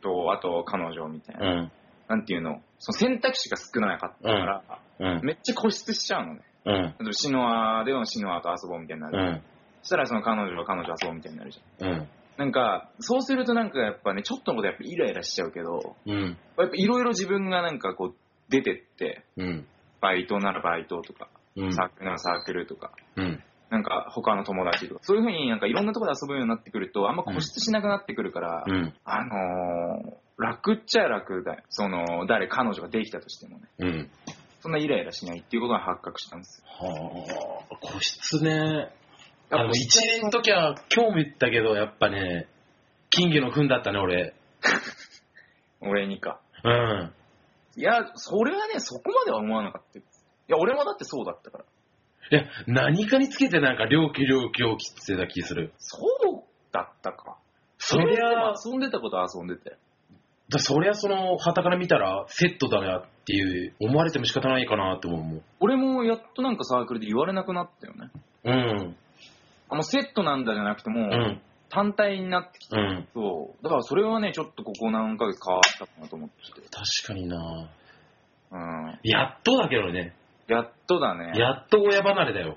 [SPEAKER 2] と、あと彼女みたいな、
[SPEAKER 1] うん。
[SPEAKER 2] なんていうの、その選択肢が少なかったから、
[SPEAKER 1] うん。
[SPEAKER 2] めっちゃ固執しちゃうのね。
[SPEAKER 1] うん。
[SPEAKER 2] 例えばシノアではシノアと遊ぼうみたいにな
[SPEAKER 1] う
[SPEAKER 2] る。
[SPEAKER 1] ん。
[SPEAKER 2] そしたらその彼女は彼女遊ぼうみたいになるじゃん。
[SPEAKER 1] うん。
[SPEAKER 2] なんか、そうするとなんかやっぱね、ちょっとのことやっぱイライラしちゃうけど、
[SPEAKER 1] うん。
[SPEAKER 2] やっぱいろいろ自分がなんかこう、出てって、
[SPEAKER 1] うん。
[SPEAKER 2] バイトならバイトとか、
[SPEAKER 1] うん。
[SPEAKER 2] サークルならサークルとか、
[SPEAKER 1] うん。
[SPEAKER 2] なんか他の友達とか、そういう風になんかいろんなところで遊ぶようになってくると、あんま固執しなくなってくるから、
[SPEAKER 1] うん。
[SPEAKER 2] あのー、楽っちゃ楽だよ。その、誰、彼女ができたとしてもね。
[SPEAKER 1] うん。
[SPEAKER 2] そんなイライラしないっていうことが発覚したんですよ。
[SPEAKER 1] はあ、個室ね。
[SPEAKER 2] やっ
[SPEAKER 1] あ
[SPEAKER 2] ぱ
[SPEAKER 1] の、一年の時は興味ったけど、やっぱね、金魚の糞だったね、俺。
[SPEAKER 2] 俺にか。
[SPEAKER 1] うん。
[SPEAKER 2] いや、それはね、そこまでは思わなかったよいや、俺もだってそうだったから。
[SPEAKER 1] いや、何かにつけてなんか、猟奇猟奇猟奇ってた気する。
[SPEAKER 2] そうだったか。
[SPEAKER 1] そりゃ、
[SPEAKER 2] 遊んでたことは遊んでて。
[SPEAKER 1] だそりゃその、旗から見たら、セットだなっていう、思われても仕方ないかなって思うもん。
[SPEAKER 2] 俺もやっとなんかサークルで言われなくなったよね。
[SPEAKER 1] うん。
[SPEAKER 2] あの、セットなんだじゃなくて
[SPEAKER 1] う、
[SPEAKER 2] も
[SPEAKER 1] ん。
[SPEAKER 2] 単体になってきて、
[SPEAKER 1] うん。
[SPEAKER 2] そう。だからそれはね、ちょっとここ何ヶ月変わったかなと思ってて。
[SPEAKER 1] 確かにな
[SPEAKER 2] うん。
[SPEAKER 1] やっとだけどね。
[SPEAKER 2] やっとだね。
[SPEAKER 1] やっと親離れだよ。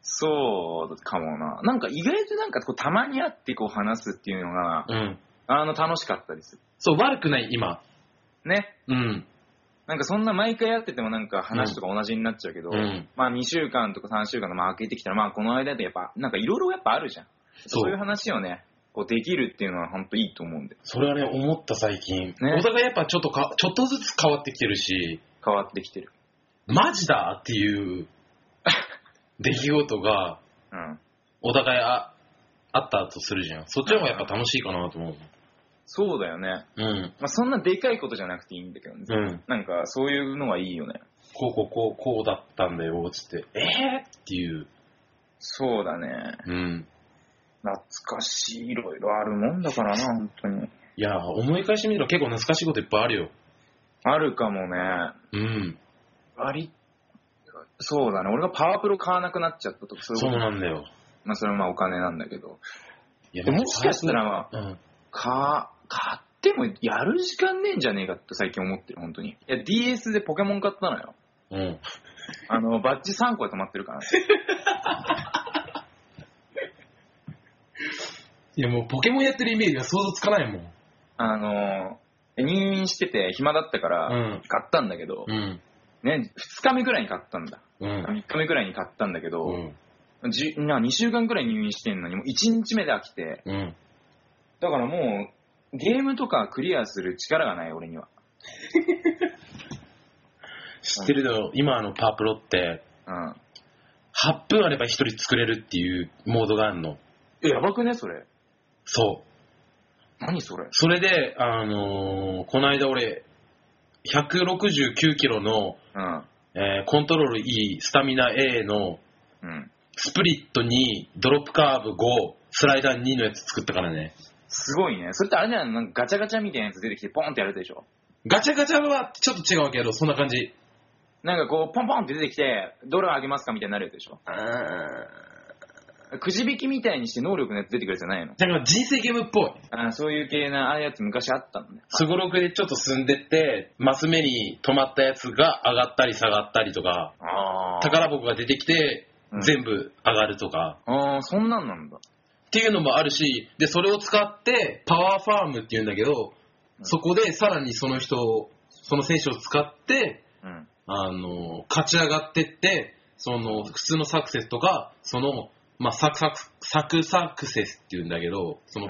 [SPEAKER 2] そうかもな。なんか意外となんかこうたまに会ってこう話すっていうのが、
[SPEAKER 1] うん。
[SPEAKER 2] あの楽しかったりす
[SPEAKER 1] そう、悪くない、今。
[SPEAKER 2] る。ね。
[SPEAKER 1] うん。
[SPEAKER 2] なんかそんな毎回会っててもなんか話とか同じになっちゃうけど、
[SPEAKER 1] うん
[SPEAKER 2] まあ2週間とか3週間のまあ開けてきたら、まあこの間でやっぱ、なんかいろいろやっぱあるじゃん。
[SPEAKER 1] そう
[SPEAKER 2] そういう話をね、こうできるっていうのは本当いいと思うんで、
[SPEAKER 1] それはね、思った最近。
[SPEAKER 2] ね
[SPEAKER 1] お互いやっぱちょっとか、ちょっとずつ変わってきてるし、
[SPEAKER 2] 変わってきてる。
[SPEAKER 1] マジだって いう出来事が、
[SPEAKER 2] うん。
[SPEAKER 1] お互いああったとするじゃん。そっちの方がやっぱ楽しいかなと思う。
[SPEAKER 2] そうだよね。
[SPEAKER 1] うん。
[SPEAKER 2] まあそんなでかいことじゃなくていいんだけどね。
[SPEAKER 1] うん。
[SPEAKER 2] なんかそういうのはいいよね。
[SPEAKER 1] こうこうこう、こうだったんだよ、つって。えー、っていう。
[SPEAKER 2] そうだね。
[SPEAKER 1] うん。
[SPEAKER 2] 懐かしい、いろいろあるもんだからな、本当に。
[SPEAKER 1] いいや、思い返してみたら結構懐かしいこといっぱいあるよ。
[SPEAKER 2] あるかもね。
[SPEAKER 1] うん。
[SPEAKER 2] 割、そうだね。俺がパワープロ買わなくなっちゃったとか、そういう
[SPEAKER 1] そ
[SPEAKER 2] こ
[SPEAKER 1] う
[SPEAKER 2] と。
[SPEAKER 1] なんだよ。
[SPEAKER 2] まあ、それはまあお金なんだけど。
[SPEAKER 1] いや
[SPEAKER 2] でもしかしたら、、まあ、
[SPEAKER 1] うん。
[SPEAKER 2] か、買ってもやる時間ねえんじゃねえかって最近思ってる、本当に。いや、DS でポケモン買ったのよ。
[SPEAKER 1] うん。
[SPEAKER 2] あの、バッジ3個で止まってるから。
[SPEAKER 1] いや、もうポケモンやってるイメージが想像つかないもん。
[SPEAKER 2] あの、入院してて暇だったから、
[SPEAKER 1] うん
[SPEAKER 2] 買ったんだけど、
[SPEAKER 1] うん。
[SPEAKER 2] ね、2日目ぐらいに買ったんだ。
[SPEAKER 1] うん。
[SPEAKER 2] 3日目ぐらいに買ったんだけど、
[SPEAKER 1] うん。
[SPEAKER 2] じゅな2週間ぐらい入院してんのに、もう1日目で飽きて、
[SPEAKER 1] うん。
[SPEAKER 2] だからもう、ゲームとかクリアする力がない、俺には。
[SPEAKER 1] 知ってるだろ、今あのパワープロって、
[SPEAKER 2] うん。
[SPEAKER 1] 8分あれば1人作れるっていうモードがあるの。
[SPEAKER 2] え、やばくね、それ。
[SPEAKER 1] そう。
[SPEAKER 2] 何それ。
[SPEAKER 1] それで、あのーこの間俺、169キロの、
[SPEAKER 2] うん。
[SPEAKER 1] えーコントロール E、スタミナ A の、
[SPEAKER 2] うん。
[SPEAKER 1] スプリット2、ドロップカーブ5、スライダー2のやつ作ったからね。
[SPEAKER 2] すごいね。それってあれじゃん、なんかガチャガチャみたいなやつ出てきて、ポンってやるでしょ。
[SPEAKER 1] ガチャガチャはちょっと違うけど、そんな感じ。
[SPEAKER 2] なんかこう、ポンポンって出てきて、どれをあげますかみたいになるやつでしょ。くじ引きみたいにして能力のやつ出てくるやつじゃないの。
[SPEAKER 1] なんか人生ゲームっぽい。
[SPEAKER 2] あーそういう系な、ああいうやつ昔あったのね。
[SPEAKER 1] すごろくでちょっと進んでって、マス目に止まったやつが上がったり下がったりとか、
[SPEAKER 2] ああ。
[SPEAKER 1] 宝箱が出てきて
[SPEAKER 2] うん、
[SPEAKER 1] 全部上がるとか、
[SPEAKER 2] ああ、そんなんなんだ。
[SPEAKER 1] っていうのもあるし、で、それを使って、パワーファームっていうんだけど、そこでさらにその人を、その選手を使って、
[SPEAKER 2] うん。
[SPEAKER 1] あの、勝ち上がってって、その、普通のサクセスとか、その、まあ、サクサク、サクサクセスっていうんだけど、その、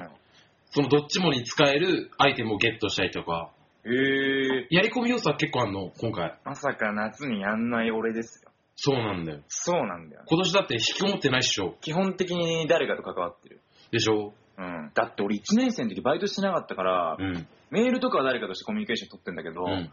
[SPEAKER 1] そのどっちもに使えるアイテムをゲットしたりとか、
[SPEAKER 2] ええ
[SPEAKER 1] やり込み要素は結構あんの、今回。
[SPEAKER 2] まさか夏にやんない俺ですよ。
[SPEAKER 1] そうなんだよ。
[SPEAKER 2] そうなんだよ、ね。
[SPEAKER 1] 今年だって引きこもってないっしょ。
[SPEAKER 2] 基本的に誰かと関わってる。
[SPEAKER 1] でしょ
[SPEAKER 2] うん。だって俺1年生の時バイトしてなかったから、
[SPEAKER 1] うん。
[SPEAKER 2] メールとかは誰かとしてコミュニケーション取ってんだけど、
[SPEAKER 1] うん。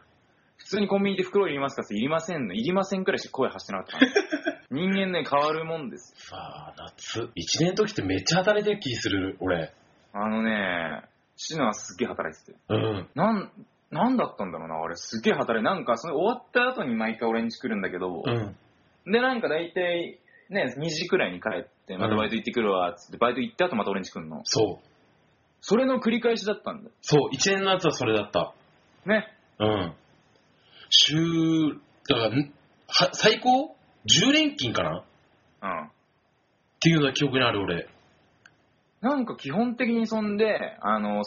[SPEAKER 2] 普通にコンビニで袋いりますかっていりませんの、いりませんくらいしか声発してなか ったから人間ね、変わるもんですよ。
[SPEAKER 1] さあ、夏。一年の時ってめっちゃ働いてる気する、俺。
[SPEAKER 2] あのね、シノはすっげえ働いてて。
[SPEAKER 1] うん。
[SPEAKER 2] なん、なんだったんだろうな、俺すげえ働いて、なんかその終わった後に毎回俺ん家来るんだけど、
[SPEAKER 1] うん。
[SPEAKER 2] で、なんか大体、ね、2時くらいに帰って、またバイト行ってくるわ、つって、バイト行った後また俺ん家来んの。
[SPEAKER 1] そう。
[SPEAKER 2] それの繰り返しだったんだよ。
[SPEAKER 1] そう、一年の夏はそれだった。
[SPEAKER 2] ね。
[SPEAKER 1] うん。週、だから、んは最高 ?10 連勤かなっ
[SPEAKER 2] うん。
[SPEAKER 1] ていうのは記憶にある俺。
[SPEAKER 2] なんか基本的にそんで、あの、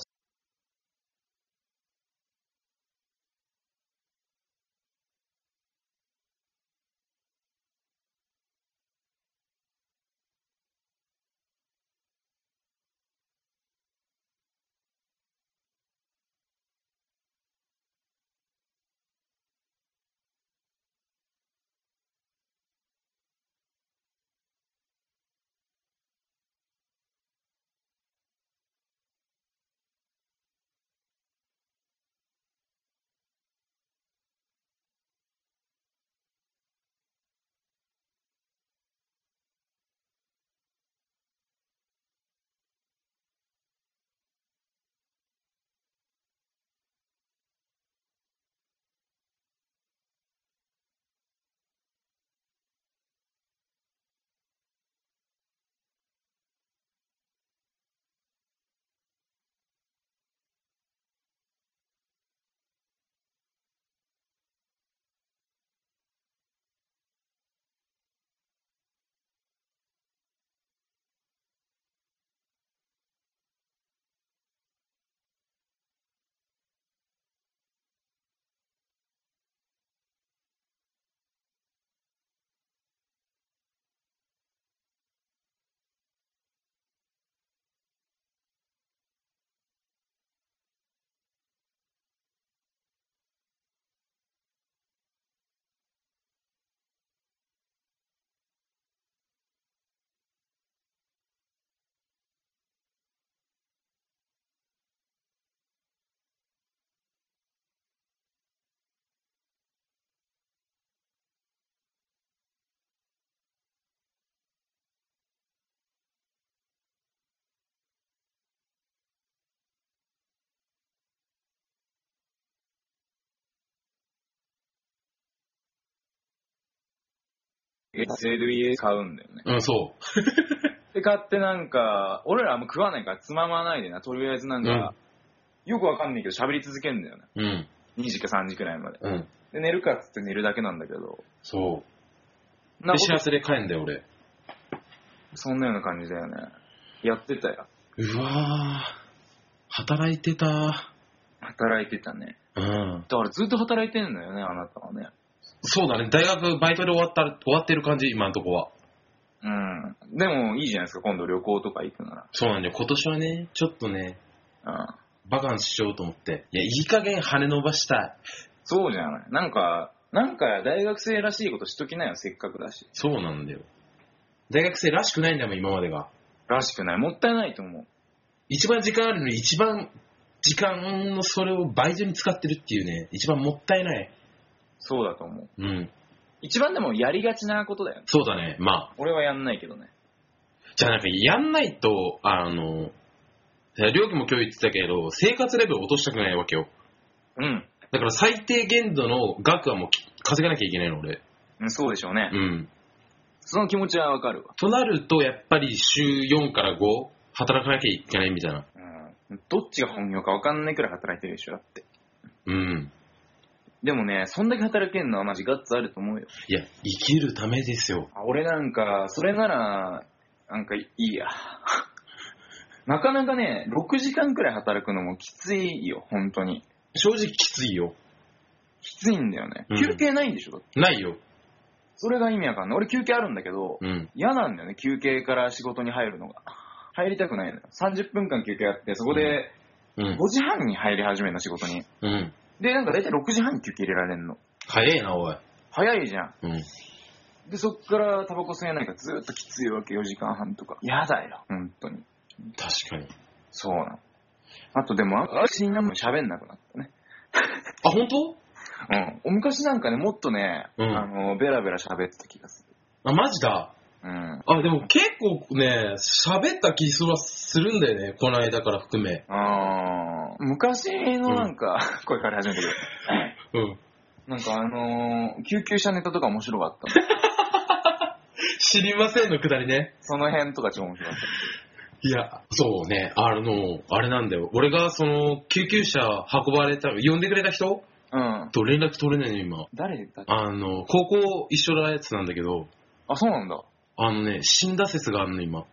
[SPEAKER 2] SLE 買うんだよね。
[SPEAKER 1] うん、そう。
[SPEAKER 2] で、買ってなんか、俺らあんま食わないからつままないでな、とりあえずなんか、よくわかんないけど喋り続けんだよね。
[SPEAKER 1] うん。
[SPEAKER 2] 2時か3時くらいまで。
[SPEAKER 1] うん。
[SPEAKER 2] で、寝るかっつって寝るだけなんだけど。
[SPEAKER 1] そ
[SPEAKER 2] な
[SPEAKER 1] う。
[SPEAKER 2] ん
[SPEAKER 1] で、幸
[SPEAKER 2] か
[SPEAKER 1] せで帰んだよ、俺。
[SPEAKER 2] そんなような感じだよね。やってたよ。
[SPEAKER 1] うわぁ。働いてた。
[SPEAKER 2] 働いてたね。
[SPEAKER 1] うん。
[SPEAKER 2] だからずっと働いてんのよね、あなたはね。
[SPEAKER 1] そうだね。大学、バイトで終わった、終わってる感じ、今のとこは。
[SPEAKER 2] うん。でもいいじゃないですか、今度旅行とか行くな
[SPEAKER 1] そうなんだよ。今年はね、ちょっとね、
[SPEAKER 2] ら。うん。
[SPEAKER 1] バカンスしようと思って。いや、いい加減羽伸ばしたい。
[SPEAKER 2] そうじゃない。なんか、なんか大学生らしいことしときなよ、せっかくだし。
[SPEAKER 1] そうなんだよ。大学生らしくないんだもん、今までが。
[SPEAKER 2] らしくない。もったいないと思う。
[SPEAKER 1] 一番時間あるのに一番時間のそれを倍増に使ってるっていうね、一番もったいない。
[SPEAKER 2] そうだと思う。
[SPEAKER 1] うん。
[SPEAKER 2] 一番でもやりがちなことだよね。
[SPEAKER 1] そうだね。まあ。
[SPEAKER 2] 俺はやんないけどね。
[SPEAKER 1] じゃあなんかやんないと、あの、いや料金も今日言ってたけど、生活レベル落としたくないわけよ。
[SPEAKER 2] うん。
[SPEAKER 1] だから最低限度の額はもうき稼がなきゃいけないの、俺。
[SPEAKER 2] うんそうでしょうね。
[SPEAKER 1] うん。
[SPEAKER 2] その気持ちはわかるわ。
[SPEAKER 1] となると、やっぱり週4から5、働かなきゃいけないみたいな。
[SPEAKER 2] うん。どっちが本業かわかんないくらい働いてるでしょ、だって。
[SPEAKER 1] うん。
[SPEAKER 2] でもね、そんだけ働けんのはマジガッツあると思うよ。
[SPEAKER 1] いや、生きるためですよ。
[SPEAKER 2] あ俺なんか、それなら、なんかいい や。なかなかね、6時間くらい働くのもきついよ、本当に。
[SPEAKER 1] 正直きついよ。
[SPEAKER 2] きついんだよね。
[SPEAKER 1] うん
[SPEAKER 2] 休憩ないんでしょ、だって
[SPEAKER 1] ないよ。
[SPEAKER 2] それが意味わかんない。俺休憩あるんだけど、
[SPEAKER 1] うん。
[SPEAKER 2] 嫌なんだよね、休憩から仕事に入るのが。入りたくないのよ。30分間休憩あって、そこで
[SPEAKER 1] うん。
[SPEAKER 2] 5時半に入り始めるの、仕事に。
[SPEAKER 1] うん。
[SPEAKER 2] で、なんか大体6時半に休憩入れられんの。
[SPEAKER 1] 早いな、おい。
[SPEAKER 2] 早いじゃん。
[SPEAKER 1] うん。
[SPEAKER 2] で、そっからタバコ吸えないからずーっときついわけ、4時間半とか。やだよ、本当に。
[SPEAKER 1] 確かに。
[SPEAKER 2] そうなの。あとでも、私に何も喋んなくなったね。
[SPEAKER 1] あ、本当
[SPEAKER 2] うん。お昔なんかね、もっとね、
[SPEAKER 1] うん
[SPEAKER 2] あの、ベラベラ喋ってた気がする。
[SPEAKER 1] あ、マジだ。
[SPEAKER 2] うん。
[SPEAKER 1] あ、でも結構ね、喋った気はするんだよね。この間から含め。
[SPEAKER 2] あー昔のなんか、声から始めてくる。
[SPEAKER 1] うん。
[SPEAKER 2] なんかあのー救急車ネタとか面白か ったの。
[SPEAKER 1] 知りませんのくだりね。
[SPEAKER 2] その辺とか超面白かった。
[SPEAKER 1] いや、そうね。あの、あれなんだよ。俺がその、救急車運ばれた、呼んでくれた人
[SPEAKER 2] うん。
[SPEAKER 1] と連絡取れないの、今。
[SPEAKER 2] 誰だっけ
[SPEAKER 1] あの、高校一緒のやつなんだけど、
[SPEAKER 2] あ、そうなんだ。
[SPEAKER 1] あのね、死んだ説があるの、今。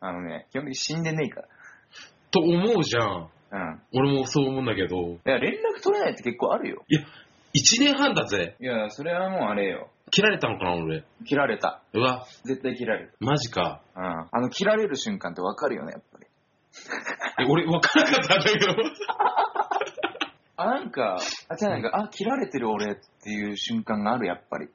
[SPEAKER 2] あのね、基本的に死んでねえか
[SPEAKER 1] と思うじゃん。
[SPEAKER 2] ら。うん。
[SPEAKER 1] 俺もそう思うんだけど、
[SPEAKER 2] いや、連絡取れないって結構あるよ。
[SPEAKER 1] 一年半だぜ。
[SPEAKER 2] いや、それはもうあれよ。
[SPEAKER 1] 切られたのかな、俺。
[SPEAKER 2] 切られた。
[SPEAKER 1] うわ、
[SPEAKER 2] 絶対切られる。
[SPEAKER 1] マジか。
[SPEAKER 2] うん。あの、切られる瞬間ってわかるよね、やっぱり。
[SPEAKER 1] え俺、わからなかったんだけど。
[SPEAKER 2] あ、なんか、あ、じゃあなんか、あ、切られてる俺っていう瞬間がある、やっぱり。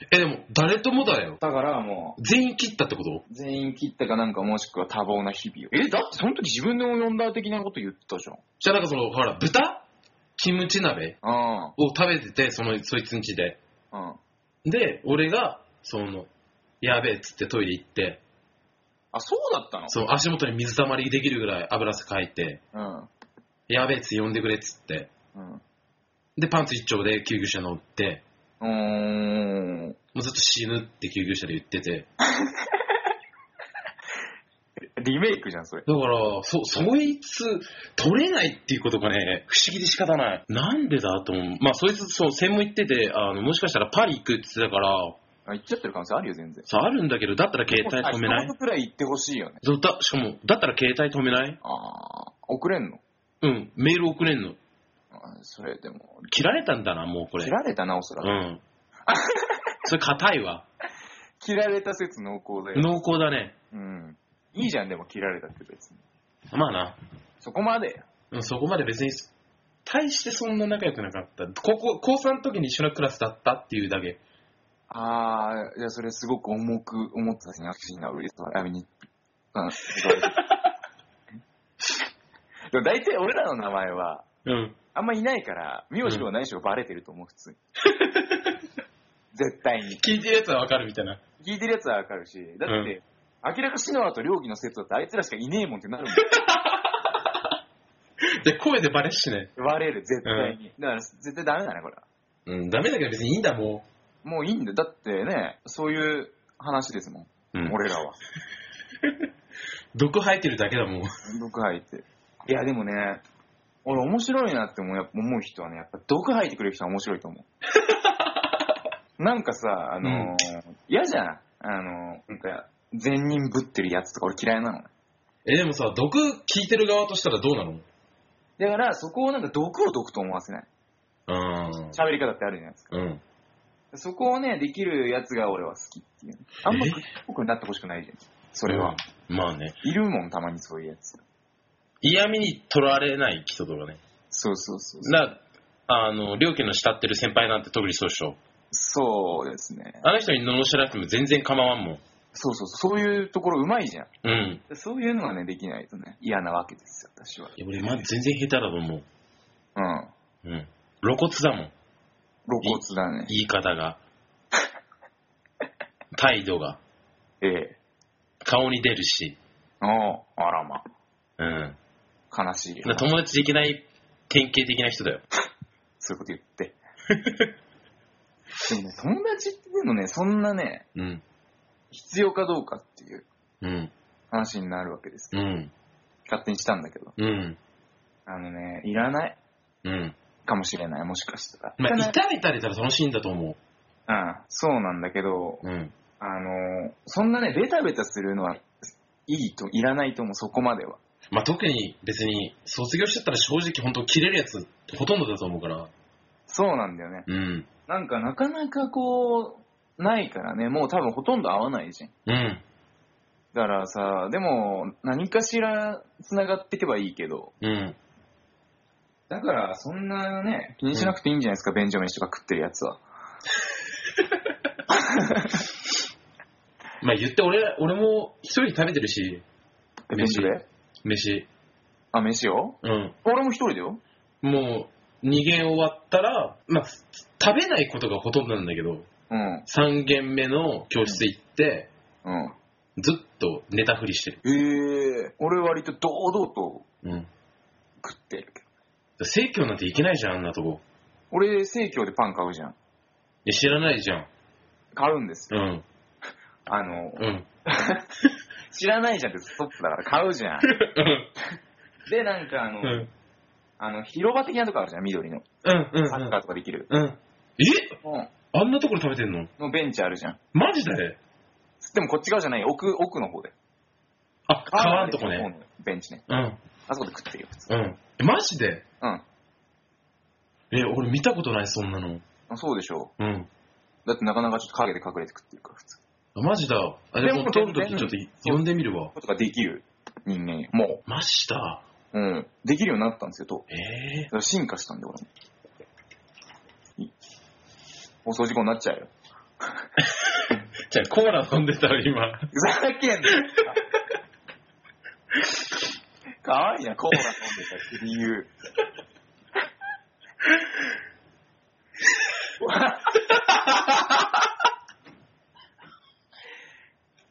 [SPEAKER 1] え、でも、誰ともだよ。
[SPEAKER 2] だからも
[SPEAKER 1] 全員切ったってこと
[SPEAKER 2] う、全員切ったかなんかもしくは多忙な日々を。え、だってその時自分でも呼んだ的なこと言ってたじゃん。
[SPEAKER 1] じゃあなんかその、ほら、豚キムチ鍋
[SPEAKER 2] あ
[SPEAKER 1] を食べてて、その、そいつんちで。
[SPEAKER 2] あ、うん。
[SPEAKER 1] で、俺が、その、やべえっつってトイレ行って、
[SPEAKER 2] あ、そうだったの
[SPEAKER 1] その足元に水たまりできるぐらい油汗かいて、やべえっつって呼んでくれっつって。
[SPEAKER 2] うん。
[SPEAKER 1] で、パンツ一丁で救急車乗って、
[SPEAKER 2] うん。うーん。
[SPEAKER 1] もうずっと死ぬって救急車で言ってて。
[SPEAKER 2] リメイクじゃん、それ。
[SPEAKER 1] だから、そ、そいつ、取れないっていうことがね、不思議で仕方ない。なんでだと思う。まあ、そいつ、そう、専門行ってて、あの、もしかしたらパリ行くって言ってたから、
[SPEAKER 2] あ、言っちゃってる可能性あるよ、全然。
[SPEAKER 1] さ、あるんだけど、だったら携帯止めない
[SPEAKER 2] あ一言くらい言ってほしいよね。
[SPEAKER 1] そうだ、しかも、だったら携帯止めない
[SPEAKER 2] ああ、送れんの
[SPEAKER 1] うん、メール送れんの。
[SPEAKER 2] あそれでも、
[SPEAKER 1] 切られたんだな、もうこれ。
[SPEAKER 2] 切られたな、おそら
[SPEAKER 1] う
[SPEAKER 2] く。
[SPEAKER 1] ん。それ硬いわ。
[SPEAKER 2] 切られた説濃厚だよ。
[SPEAKER 1] 濃厚だね。
[SPEAKER 2] うん。いいじゃん、でも切られたって別に。
[SPEAKER 1] まあな。
[SPEAKER 2] そこまで。
[SPEAKER 1] うん、そこまで別に、大してそんな仲良くなかった。高校、高3の時に一緒のクラスだったっていうだけ。
[SPEAKER 2] ああ、じゃあそれすごく重く思ってたしな、不思議なウイルスは。あ、に。うん。でも大体俺らの名前は、
[SPEAKER 1] うん。
[SPEAKER 2] あんまいないから、名字はないしはバレてると思う、普 通に。絶対に。
[SPEAKER 1] 聞いてるやつはわかるみたいな。
[SPEAKER 2] 聞いてるやつはわかるし、だって、
[SPEAKER 1] うん
[SPEAKER 2] 明らか篠原と良義の説だってあいつらしかいねえもんってなるもん。
[SPEAKER 1] で、声でバレっしね。
[SPEAKER 2] 割れる、絶対に。だから、絶対ダメだね、これは。
[SPEAKER 1] うん、ダメだけど別にいいんだ、も
[SPEAKER 2] もういいんだよ。だってね、そういう話ですもん。
[SPEAKER 1] うん、
[SPEAKER 2] 俺らは。
[SPEAKER 1] 毒吐いてるだけだもん。
[SPEAKER 2] 毒吐いて。いや、でもね、俺面白いなって思うやっぱ思う人はね、やっぱ毒吐いてくれる人は面白いと 思う。なんかさ、あのー
[SPEAKER 1] うん
[SPEAKER 2] 嫌じゃん。あのーなんか、善人ぶってるやつとか俺嫌いなの。
[SPEAKER 1] え、でもさ、毒聞いてる側としたらどうなの
[SPEAKER 2] だから、そこをなんか毒を毒と思わせない。
[SPEAKER 1] うん。
[SPEAKER 2] 喋り方ってあるじゃないですか。
[SPEAKER 1] うん。
[SPEAKER 2] そこをね、できるやつが俺は好きっていう。あんま
[SPEAKER 1] え
[SPEAKER 2] 僕になってほしくないじゃん。それは。
[SPEAKER 1] うん。まあね。
[SPEAKER 2] いるもん、たまにそういうやつ。
[SPEAKER 1] 嫌味に取られない人とかね。
[SPEAKER 2] そうそうそうそう。
[SPEAKER 1] な、あの、両家の慕ってる先輩なんて特にそうでしょ。
[SPEAKER 2] そうですね。
[SPEAKER 1] あの人に罵らなくても全然構わんもん。
[SPEAKER 2] そうそうそう。そういうところうまいじゃん。
[SPEAKER 1] うん。
[SPEAKER 2] そういうのがね、できないとね、嫌なわけですよ、私は。
[SPEAKER 1] いや俺、ま、全然下手だと思う。
[SPEAKER 2] うん。
[SPEAKER 1] うん。露骨だもん。
[SPEAKER 2] 露骨だね。
[SPEAKER 1] 言い方 が。態度が。
[SPEAKER 2] ええ。
[SPEAKER 1] 顔に出るし。
[SPEAKER 2] おうあらま。
[SPEAKER 1] うん。
[SPEAKER 2] 悲しいよ。
[SPEAKER 1] だから友達できない典型的な人だよ。
[SPEAKER 2] そういうこと言って。でもね、友達っていうのね、そんなね、
[SPEAKER 1] うん。
[SPEAKER 2] 必要かどうかっていう
[SPEAKER 1] うん。
[SPEAKER 2] 話になるわけです。
[SPEAKER 1] うん。
[SPEAKER 2] 勝手にしたんだけど。
[SPEAKER 1] うん。
[SPEAKER 2] あのね、いらない
[SPEAKER 1] うん。
[SPEAKER 2] かもしれない、もしかしたら。
[SPEAKER 1] まあ、
[SPEAKER 2] いらない
[SPEAKER 1] 痛めたりたら楽しいんだと思
[SPEAKER 2] うん、そうなんだけど、
[SPEAKER 1] う。うん。
[SPEAKER 2] あのーそんなね、ベタベタするのはいいと、いらないと思う、そこまでは。
[SPEAKER 1] まあ、特に別に卒業しちゃったら正直本当切れるやつほとんどだと思うから。
[SPEAKER 2] そうなんだよね。
[SPEAKER 1] うん。
[SPEAKER 2] なんか、なかなかこう、ないからね、もう多分ほとんど合わないじゃん。
[SPEAKER 1] うん。
[SPEAKER 2] だからさ、でも、何かしら繋がっていけばいいけど、
[SPEAKER 1] うん。
[SPEAKER 2] だから、そんなね、気にしなくていいんじゃないですか、ベンジャミンとか食ってるやつは。
[SPEAKER 1] まあ、言って俺、俺も一人で食べてるし、
[SPEAKER 2] ベンジャミン
[SPEAKER 1] 飯。
[SPEAKER 2] あ、飯を
[SPEAKER 1] うん。
[SPEAKER 2] 俺も一人だよ。
[SPEAKER 1] もう、2限終わったら、まあ、食べないことがほとんどなんだけど、
[SPEAKER 2] うん、
[SPEAKER 1] 3限目の教室行って、
[SPEAKER 2] うん。
[SPEAKER 1] ずっと寝たふりしてる。
[SPEAKER 2] ええ俺割と堂々と
[SPEAKER 1] うん。
[SPEAKER 2] 食ってるけど。
[SPEAKER 1] 生協なんて行けないじゃん、あんなとこ。
[SPEAKER 2] 俺、生協でパン買うじゃん。
[SPEAKER 1] いや知らないじゃん。
[SPEAKER 2] 買うんです
[SPEAKER 1] う
[SPEAKER 2] よ。
[SPEAKER 1] ん。
[SPEAKER 2] あの、
[SPEAKER 1] うん。
[SPEAKER 2] 知らないじゃんってストップだから買うじ ゃん。で、なんかあの、
[SPEAKER 1] うん。うん。
[SPEAKER 2] あの、広場的なとこあるじゃん、緑の。
[SPEAKER 1] うん。う
[SPEAKER 2] サッ
[SPEAKER 1] ん
[SPEAKER 2] カーとかできる。。
[SPEAKER 1] うん。え
[SPEAKER 2] うん。
[SPEAKER 1] あんなところ食べてんの
[SPEAKER 2] のベンチあるじゃん。
[SPEAKER 1] マジで
[SPEAKER 2] でもこっち側じゃないよ奥、奥の方で。
[SPEAKER 1] あ、川んとこ
[SPEAKER 2] 川
[SPEAKER 1] ね。
[SPEAKER 2] のベンチね。
[SPEAKER 1] うん。
[SPEAKER 2] あそこで食ってるよ、普通。
[SPEAKER 1] うん。えマジで
[SPEAKER 2] うん。
[SPEAKER 1] え、俺見たことない、そんなの。
[SPEAKER 2] あそうでしょ
[SPEAKER 1] うん。
[SPEAKER 2] う。だってなかなかちょっと影で隠れて食ってるから、普通。
[SPEAKER 1] あマジだ。あ、で
[SPEAKER 2] で
[SPEAKER 1] も、
[SPEAKER 2] も
[SPEAKER 1] 通るとき
[SPEAKER 2] 全然
[SPEAKER 1] ちょっと呼んでみるわ。
[SPEAKER 2] ことができる人間よも
[SPEAKER 1] マジだ。
[SPEAKER 2] う。うん。できるようになったんですよ、と。
[SPEAKER 1] ええ
[SPEAKER 2] だから進化したんで、俺も。い放送事故になっちゃうよ。
[SPEAKER 1] じゃあ、コーラ飲んでたら 今。
[SPEAKER 2] ふざけんなかわいいな、コーラ飲んでたって理由。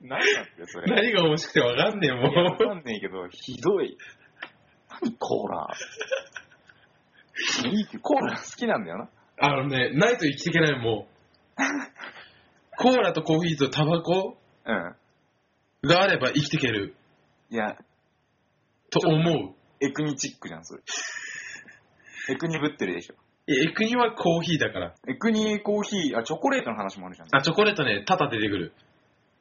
[SPEAKER 2] 何なんだよ、それ。
[SPEAKER 1] 何が面白くてわかんねえ、も
[SPEAKER 2] いや
[SPEAKER 1] う。
[SPEAKER 2] わかんねえけど、ひどい。何コーラいいけど、コーラ好きなんだよな。
[SPEAKER 1] あのね、ないと生きていけない、も う。コーラとコーヒーとタバコ
[SPEAKER 2] うん。
[SPEAKER 1] があれば生きていける
[SPEAKER 2] いや、
[SPEAKER 1] と思う。
[SPEAKER 2] エクニチックじゃん、それ。エクニぶってるでしょ。
[SPEAKER 1] え、エクニはコーヒーだから。
[SPEAKER 2] エクニコーヒー、あ、チョコレートの話もあるじゃん。
[SPEAKER 1] あ、チョコレートね、タタ出てくる。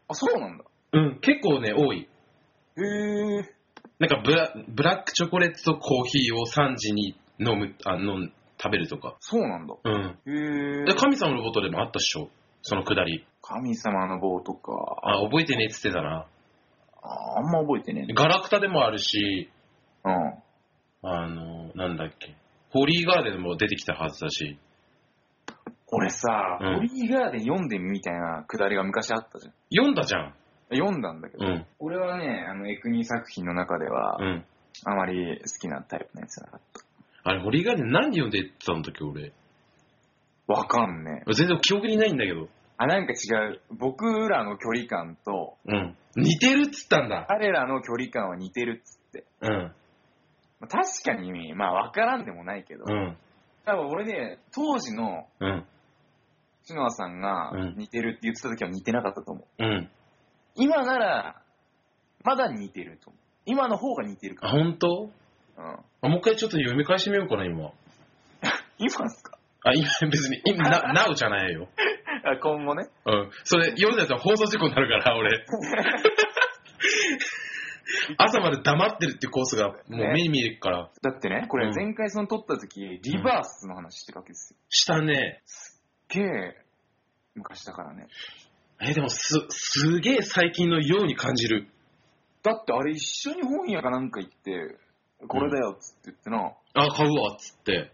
[SPEAKER 2] あ、そうなんだ。
[SPEAKER 1] うん、結構ね、多い。
[SPEAKER 2] へえ。
[SPEAKER 1] なんかブラ、ブラックチョコレートとコーヒーを3時に飲む、あ、飲ん、食べるとか。
[SPEAKER 2] そうなんだ。
[SPEAKER 1] うん。
[SPEAKER 2] へ
[SPEAKER 1] で
[SPEAKER 2] え。
[SPEAKER 1] 神様のボトでもあったっしょ。そのくだり。
[SPEAKER 2] 神様の棒とか、
[SPEAKER 1] あ、覚えてねえって言ってたな。
[SPEAKER 2] ああんま覚えてねえな。
[SPEAKER 1] ガラクタでもあるし、
[SPEAKER 2] うん。
[SPEAKER 1] あの、なんだっけ。ホリーガーデンも出てきたはずだし。
[SPEAKER 2] 俺さ、
[SPEAKER 1] うん
[SPEAKER 2] ホリーガーデン読んでみみたいなくだりが昔あったじゃん。
[SPEAKER 1] 読んだじゃん。
[SPEAKER 2] 読んだんだけど、
[SPEAKER 1] うん。
[SPEAKER 2] 俺はね、あの、エクニ作品の中では、
[SPEAKER 1] うん。
[SPEAKER 2] あまり好きなタイプのやつじゃなかっ
[SPEAKER 1] あれ、ホリーガーデン何読んでたんだっけ、俺。
[SPEAKER 2] た。わかんねえ。
[SPEAKER 1] 全然記憶にないんだけど。
[SPEAKER 2] あ、なんか違う。僕らの距離感と、
[SPEAKER 1] うん。似てるっつったんだ。
[SPEAKER 2] 彼らの距離感は似てるっつって。
[SPEAKER 1] うん。
[SPEAKER 2] まあ確かに、まあ分からんでもないけど、
[SPEAKER 1] うん。
[SPEAKER 2] 多分俺ね、当時の
[SPEAKER 1] うん。
[SPEAKER 2] 篠田さんが
[SPEAKER 1] うん
[SPEAKER 2] 似てるって言ってた時は似てなかったと思う。
[SPEAKER 1] うん。
[SPEAKER 2] 今なら、まだ似てると思う。今の方が似てる
[SPEAKER 1] あ、
[SPEAKER 2] か
[SPEAKER 1] 本当
[SPEAKER 2] ら。うん。
[SPEAKER 1] あもう一回ちょっと読み返してみようかな、今。
[SPEAKER 2] 今ですか
[SPEAKER 1] あ、今、別に、今、 な、なおじゃないよ。
[SPEAKER 2] あ今後ね。
[SPEAKER 1] うん。それ、読んだやつは放送事故になるから、 俺。朝まで黙ってるってコースが、もう目に見えるから。
[SPEAKER 2] だってね、これ前回その撮った時、リバースの話してるわけですよ。
[SPEAKER 1] したね。
[SPEAKER 2] すっげえ、昔だからね。
[SPEAKER 1] え、でも、す、すげえ最近のように感じる。
[SPEAKER 2] だってあれ一緒に本屋かなんか行って、これだよっつって言ってな、
[SPEAKER 1] あ、買うわ、っつって。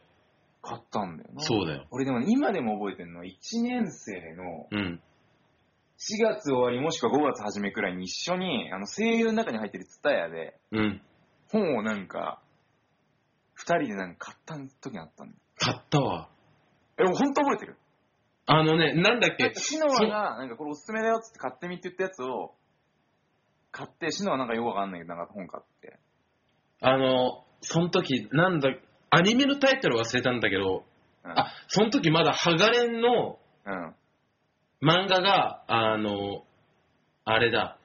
[SPEAKER 2] 買ったんだよな。
[SPEAKER 1] そうだよ。
[SPEAKER 2] 俺でもね今でも覚えてるのは1年生の
[SPEAKER 1] うん。
[SPEAKER 2] 4月終わりもしくは5月初めくらいに一緒に、あの声優の中に入ってるツタヤで、
[SPEAKER 1] うん。
[SPEAKER 2] 本をなんか、二人でなんか買った時があったんだよ。
[SPEAKER 1] 買ったわ。
[SPEAKER 2] え、もうほんと覚えてる
[SPEAKER 1] あのね、なんだっけ。
[SPEAKER 2] シノアが、なんかこれおすすめだよっつって買ってみって言ったやつを、買って、シノアなんかよくわかんないけど、なんか本買って。
[SPEAKER 1] あの、その時、なんだ、アニメのタイトル忘れたんだけど、
[SPEAKER 2] うん。
[SPEAKER 1] あ、その時まだハガレンの
[SPEAKER 2] うん。
[SPEAKER 1] 漫画が、あの、あれだ、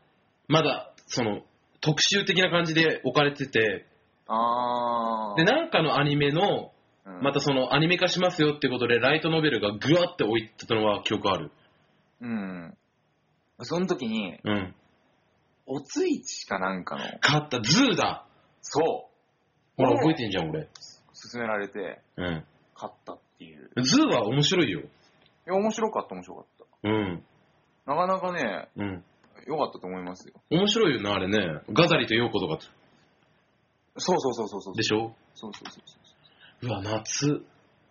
[SPEAKER 1] まだ、その、特集的な感じで置かれてて、
[SPEAKER 2] あー。
[SPEAKER 1] で、なんかのアニメの、
[SPEAKER 2] うん、
[SPEAKER 1] またそのアニメ化しますよってことで、ライトノベルがグワって置いてたのは記憶ある。
[SPEAKER 2] うん。その時に、
[SPEAKER 1] うん。
[SPEAKER 2] おついちかなんかの、
[SPEAKER 1] 勝った、ズーだ
[SPEAKER 2] そう、
[SPEAKER 1] ほら、
[SPEAKER 2] おう
[SPEAKER 1] 覚えてんじゃん、俺。
[SPEAKER 2] 勧められて、
[SPEAKER 1] うん。
[SPEAKER 2] 買ったっていう。い
[SPEAKER 1] ズーは面白いよ。
[SPEAKER 2] や、面白かった、面白かっ
[SPEAKER 1] うん。
[SPEAKER 2] た。なかなかね、
[SPEAKER 1] うん。
[SPEAKER 2] 良かったと思いますよ。
[SPEAKER 1] 面白いよな、あれね。ガザリとヨーコとか
[SPEAKER 2] そうそうそうそうそう。
[SPEAKER 1] でしょ
[SPEAKER 2] そうそうそうそう
[SPEAKER 1] わ、夏。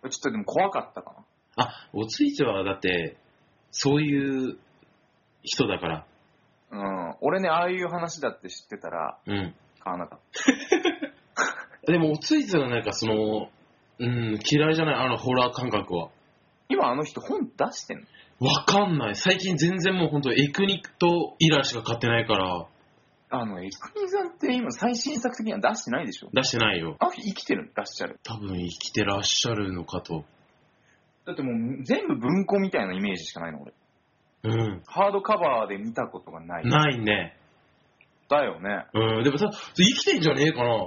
[SPEAKER 2] う。ちょっとでも怖かったか
[SPEAKER 1] あ、おついてはだって、そういう人だから。
[SPEAKER 2] な。うん。俺ね、ああいう話だって知ってたら、
[SPEAKER 1] うん。
[SPEAKER 2] 買わなかっ
[SPEAKER 1] でも、おついてはなんかその、うん、嫌いじゃない、あのホラー感覚は。
[SPEAKER 2] た。今あの人本出してんの
[SPEAKER 1] わかんない。最近全然もうほんとエクニックとイラしか買ってないから、
[SPEAKER 2] あの、エクニさんって今最新作的には出してないでしょ
[SPEAKER 1] 出してないよ。
[SPEAKER 2] あの人生きてるらっしゃる。
[SPEAKER 1] 多分生きてらっしゃるのかと。
[SPEAKER 2] だってもう全部文庫みたいなイメージしかないの、俺。
[SPEAKER 1] うん。
[SPEAKER 2] ハードカバーで見たことがない。
[SPEAKER 1] ないね。
[SPEAKER 2] だよね。
[SPEAKER 1] うん。でもさ、生きてんじゃねえかな。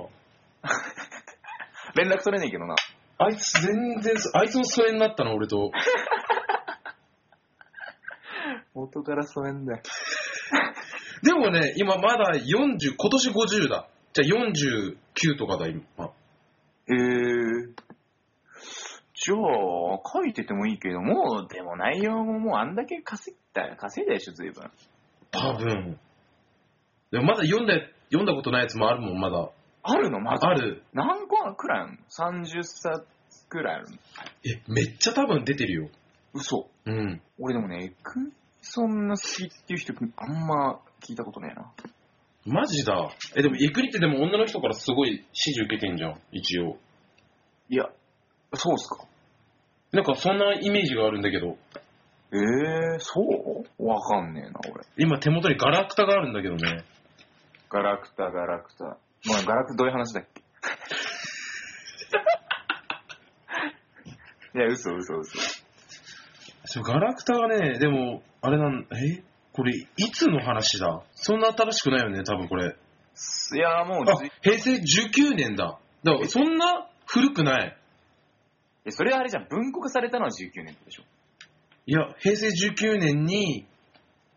[SPEAKER 2] 連絡取れねえけどな。
[SPEAKER 1] あいつ全然、あいつも疎遠になったな、俺と。
[SPEAKER 2] 元から疎遠だよ。
[SPEAKER 1] でもね、今まだ40、今年50だ。じゃあ49とかだ、今。
[SPEAKER 2] へえ。じゃあ、書いててもいいけど、もう、でも内容ももうあんだけ稼いだ、稼いだでしょ、随分。
[SPEAKER 1] 多分。でもまだ読んだ、読んだことないやつもあるもん、まだ。
[SPEAKER 2] あるのまず。
[SPEAKER 1] ある。
[SPEAKER 2] 何個くらいあるの ?30 冊くらいあるの
[SPEAKER 1] え、めっちゃ多分出てるよ。
[SPEAKER 2] 嘘。
[SPEAKER 1] うん。
[SPEAKER 2] 俺でもね、エクそんな好きっていう人、あんま聞いたことねえな。
[SPEAKER 1] マジだ。え、でも、エクリってでも女の人からすごい支持受けてんじゃん、一応。
[SPEAKER 2] いや、そうっすか。
[SPEAKER 1] なんかそんなイメージがあるんだけど、
[SPEAKER 2] ええー、そうわかんねえな、俺。
[SPEAKER 1] 今手元にガラクタがあるんだけどね。
[SPEAKER 2] ガラクタ、ガラクタ。まあ、ガラクタどういう話だっけ いや、嘘、嘘、嘘。
[SPEAKER 1] そう、ガラクタがね、でも、あれなん、えこれ、いつの話だそんな新しくないよね、多分これ。
[SPEAKER 2] いや、もう
[SPEAKER 1] あ
[SPEAKER 2] じ、
[SPEAKER 1] 平成19年だ。だから、そんな古くない。
[SPEAKER 2] え、それはあれじゃん、文庫化されたのは19年でしょ。
[SPEAKER 1] いや、平成19年に、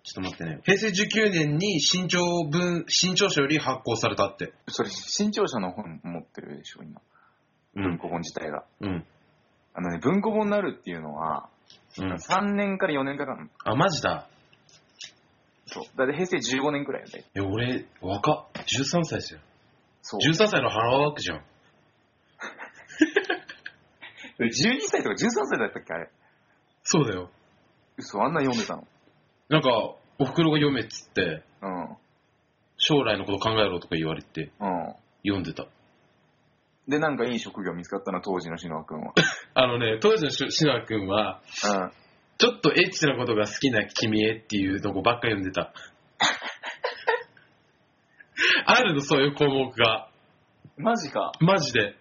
[SPEAKER 1] ちょっと待ってね。平成19年に新潮文、新潮社より発行されたって。
[SPEAKER 2] それ、新潮社の本持ってるでしょ、今。
[SPEAKER 1] う
[SPEAKER 2] 文。庫本自体が。
[SPEAKER 1] うん。
[SPEAKER 2] あのね、文庫本になるっていうのは、
[SPEAKER 1] うん。
[SPEAKER 2] 3年から4年かかるの。
[SPEAKER 1] あ、マジだ。
[SPEAKER 2] そう。だって平成15年くらいで。
[SPEAKER 1] え、俺、若っ。13歳ですよ。
[SPEAKER 2] そう。
[SPEAKER 1] 13歳のハローワークじゃん。
[SPEAKER 2] 12歳とか13歳だったっけ、あれ。
[SPEAKER 1] そうだよ。
[SPEAKER 2] 嘘、あんな読んでたの。
[SPEAKER 1] なんか、お袋が読めっつって、
[SPEAKER 2] うん。
[SPEAKER 1] 将来のこと考えろとか言われて、
[SPEAKER 2] うん。
[SPEAKER 1] 読んでた。
[SPEAKER 2] で、なんかいい職業見つかったの、当時の篠く君は。
[SPEAKER 1] あのね、当時のしシナ君は、
[SPEAKER 2] うん。
[SPEAKER 1] ちょっとエッチなことが好きな君へっていうとこばっか読んで た。あるの、そういう項目が。
[SPEAKER 2] マジか。
[SPEAKER 1] マジで。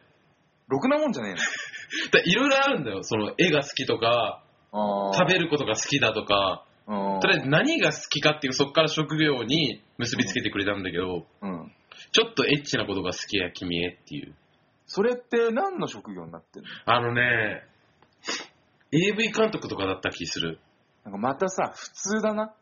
[SPEAKER 2] ろくなもんじゃねえの。
[SPEAKER 1] だいろいろあるんだよ。その絵が好きとか、
[SPEAKER 2] あー
[SPEAKER 1] 食べることが好きだとか、
[SPEAKER 2] うん
[SPEAKER 1] とりあえず何が好きかっていう、そこから職業に結びつけてくれたんだけど、
[SPEAKER 2] うん。
[SPEAKER 1] ちょっとエッチなことが好きや、君へっていう。
[SPEAKER 2] それって何の職業になってるの
[SPEAKER 1] あのね、AV 監督とかだった気する。
[SPEAKER 2] なんかまたさ、普通だな。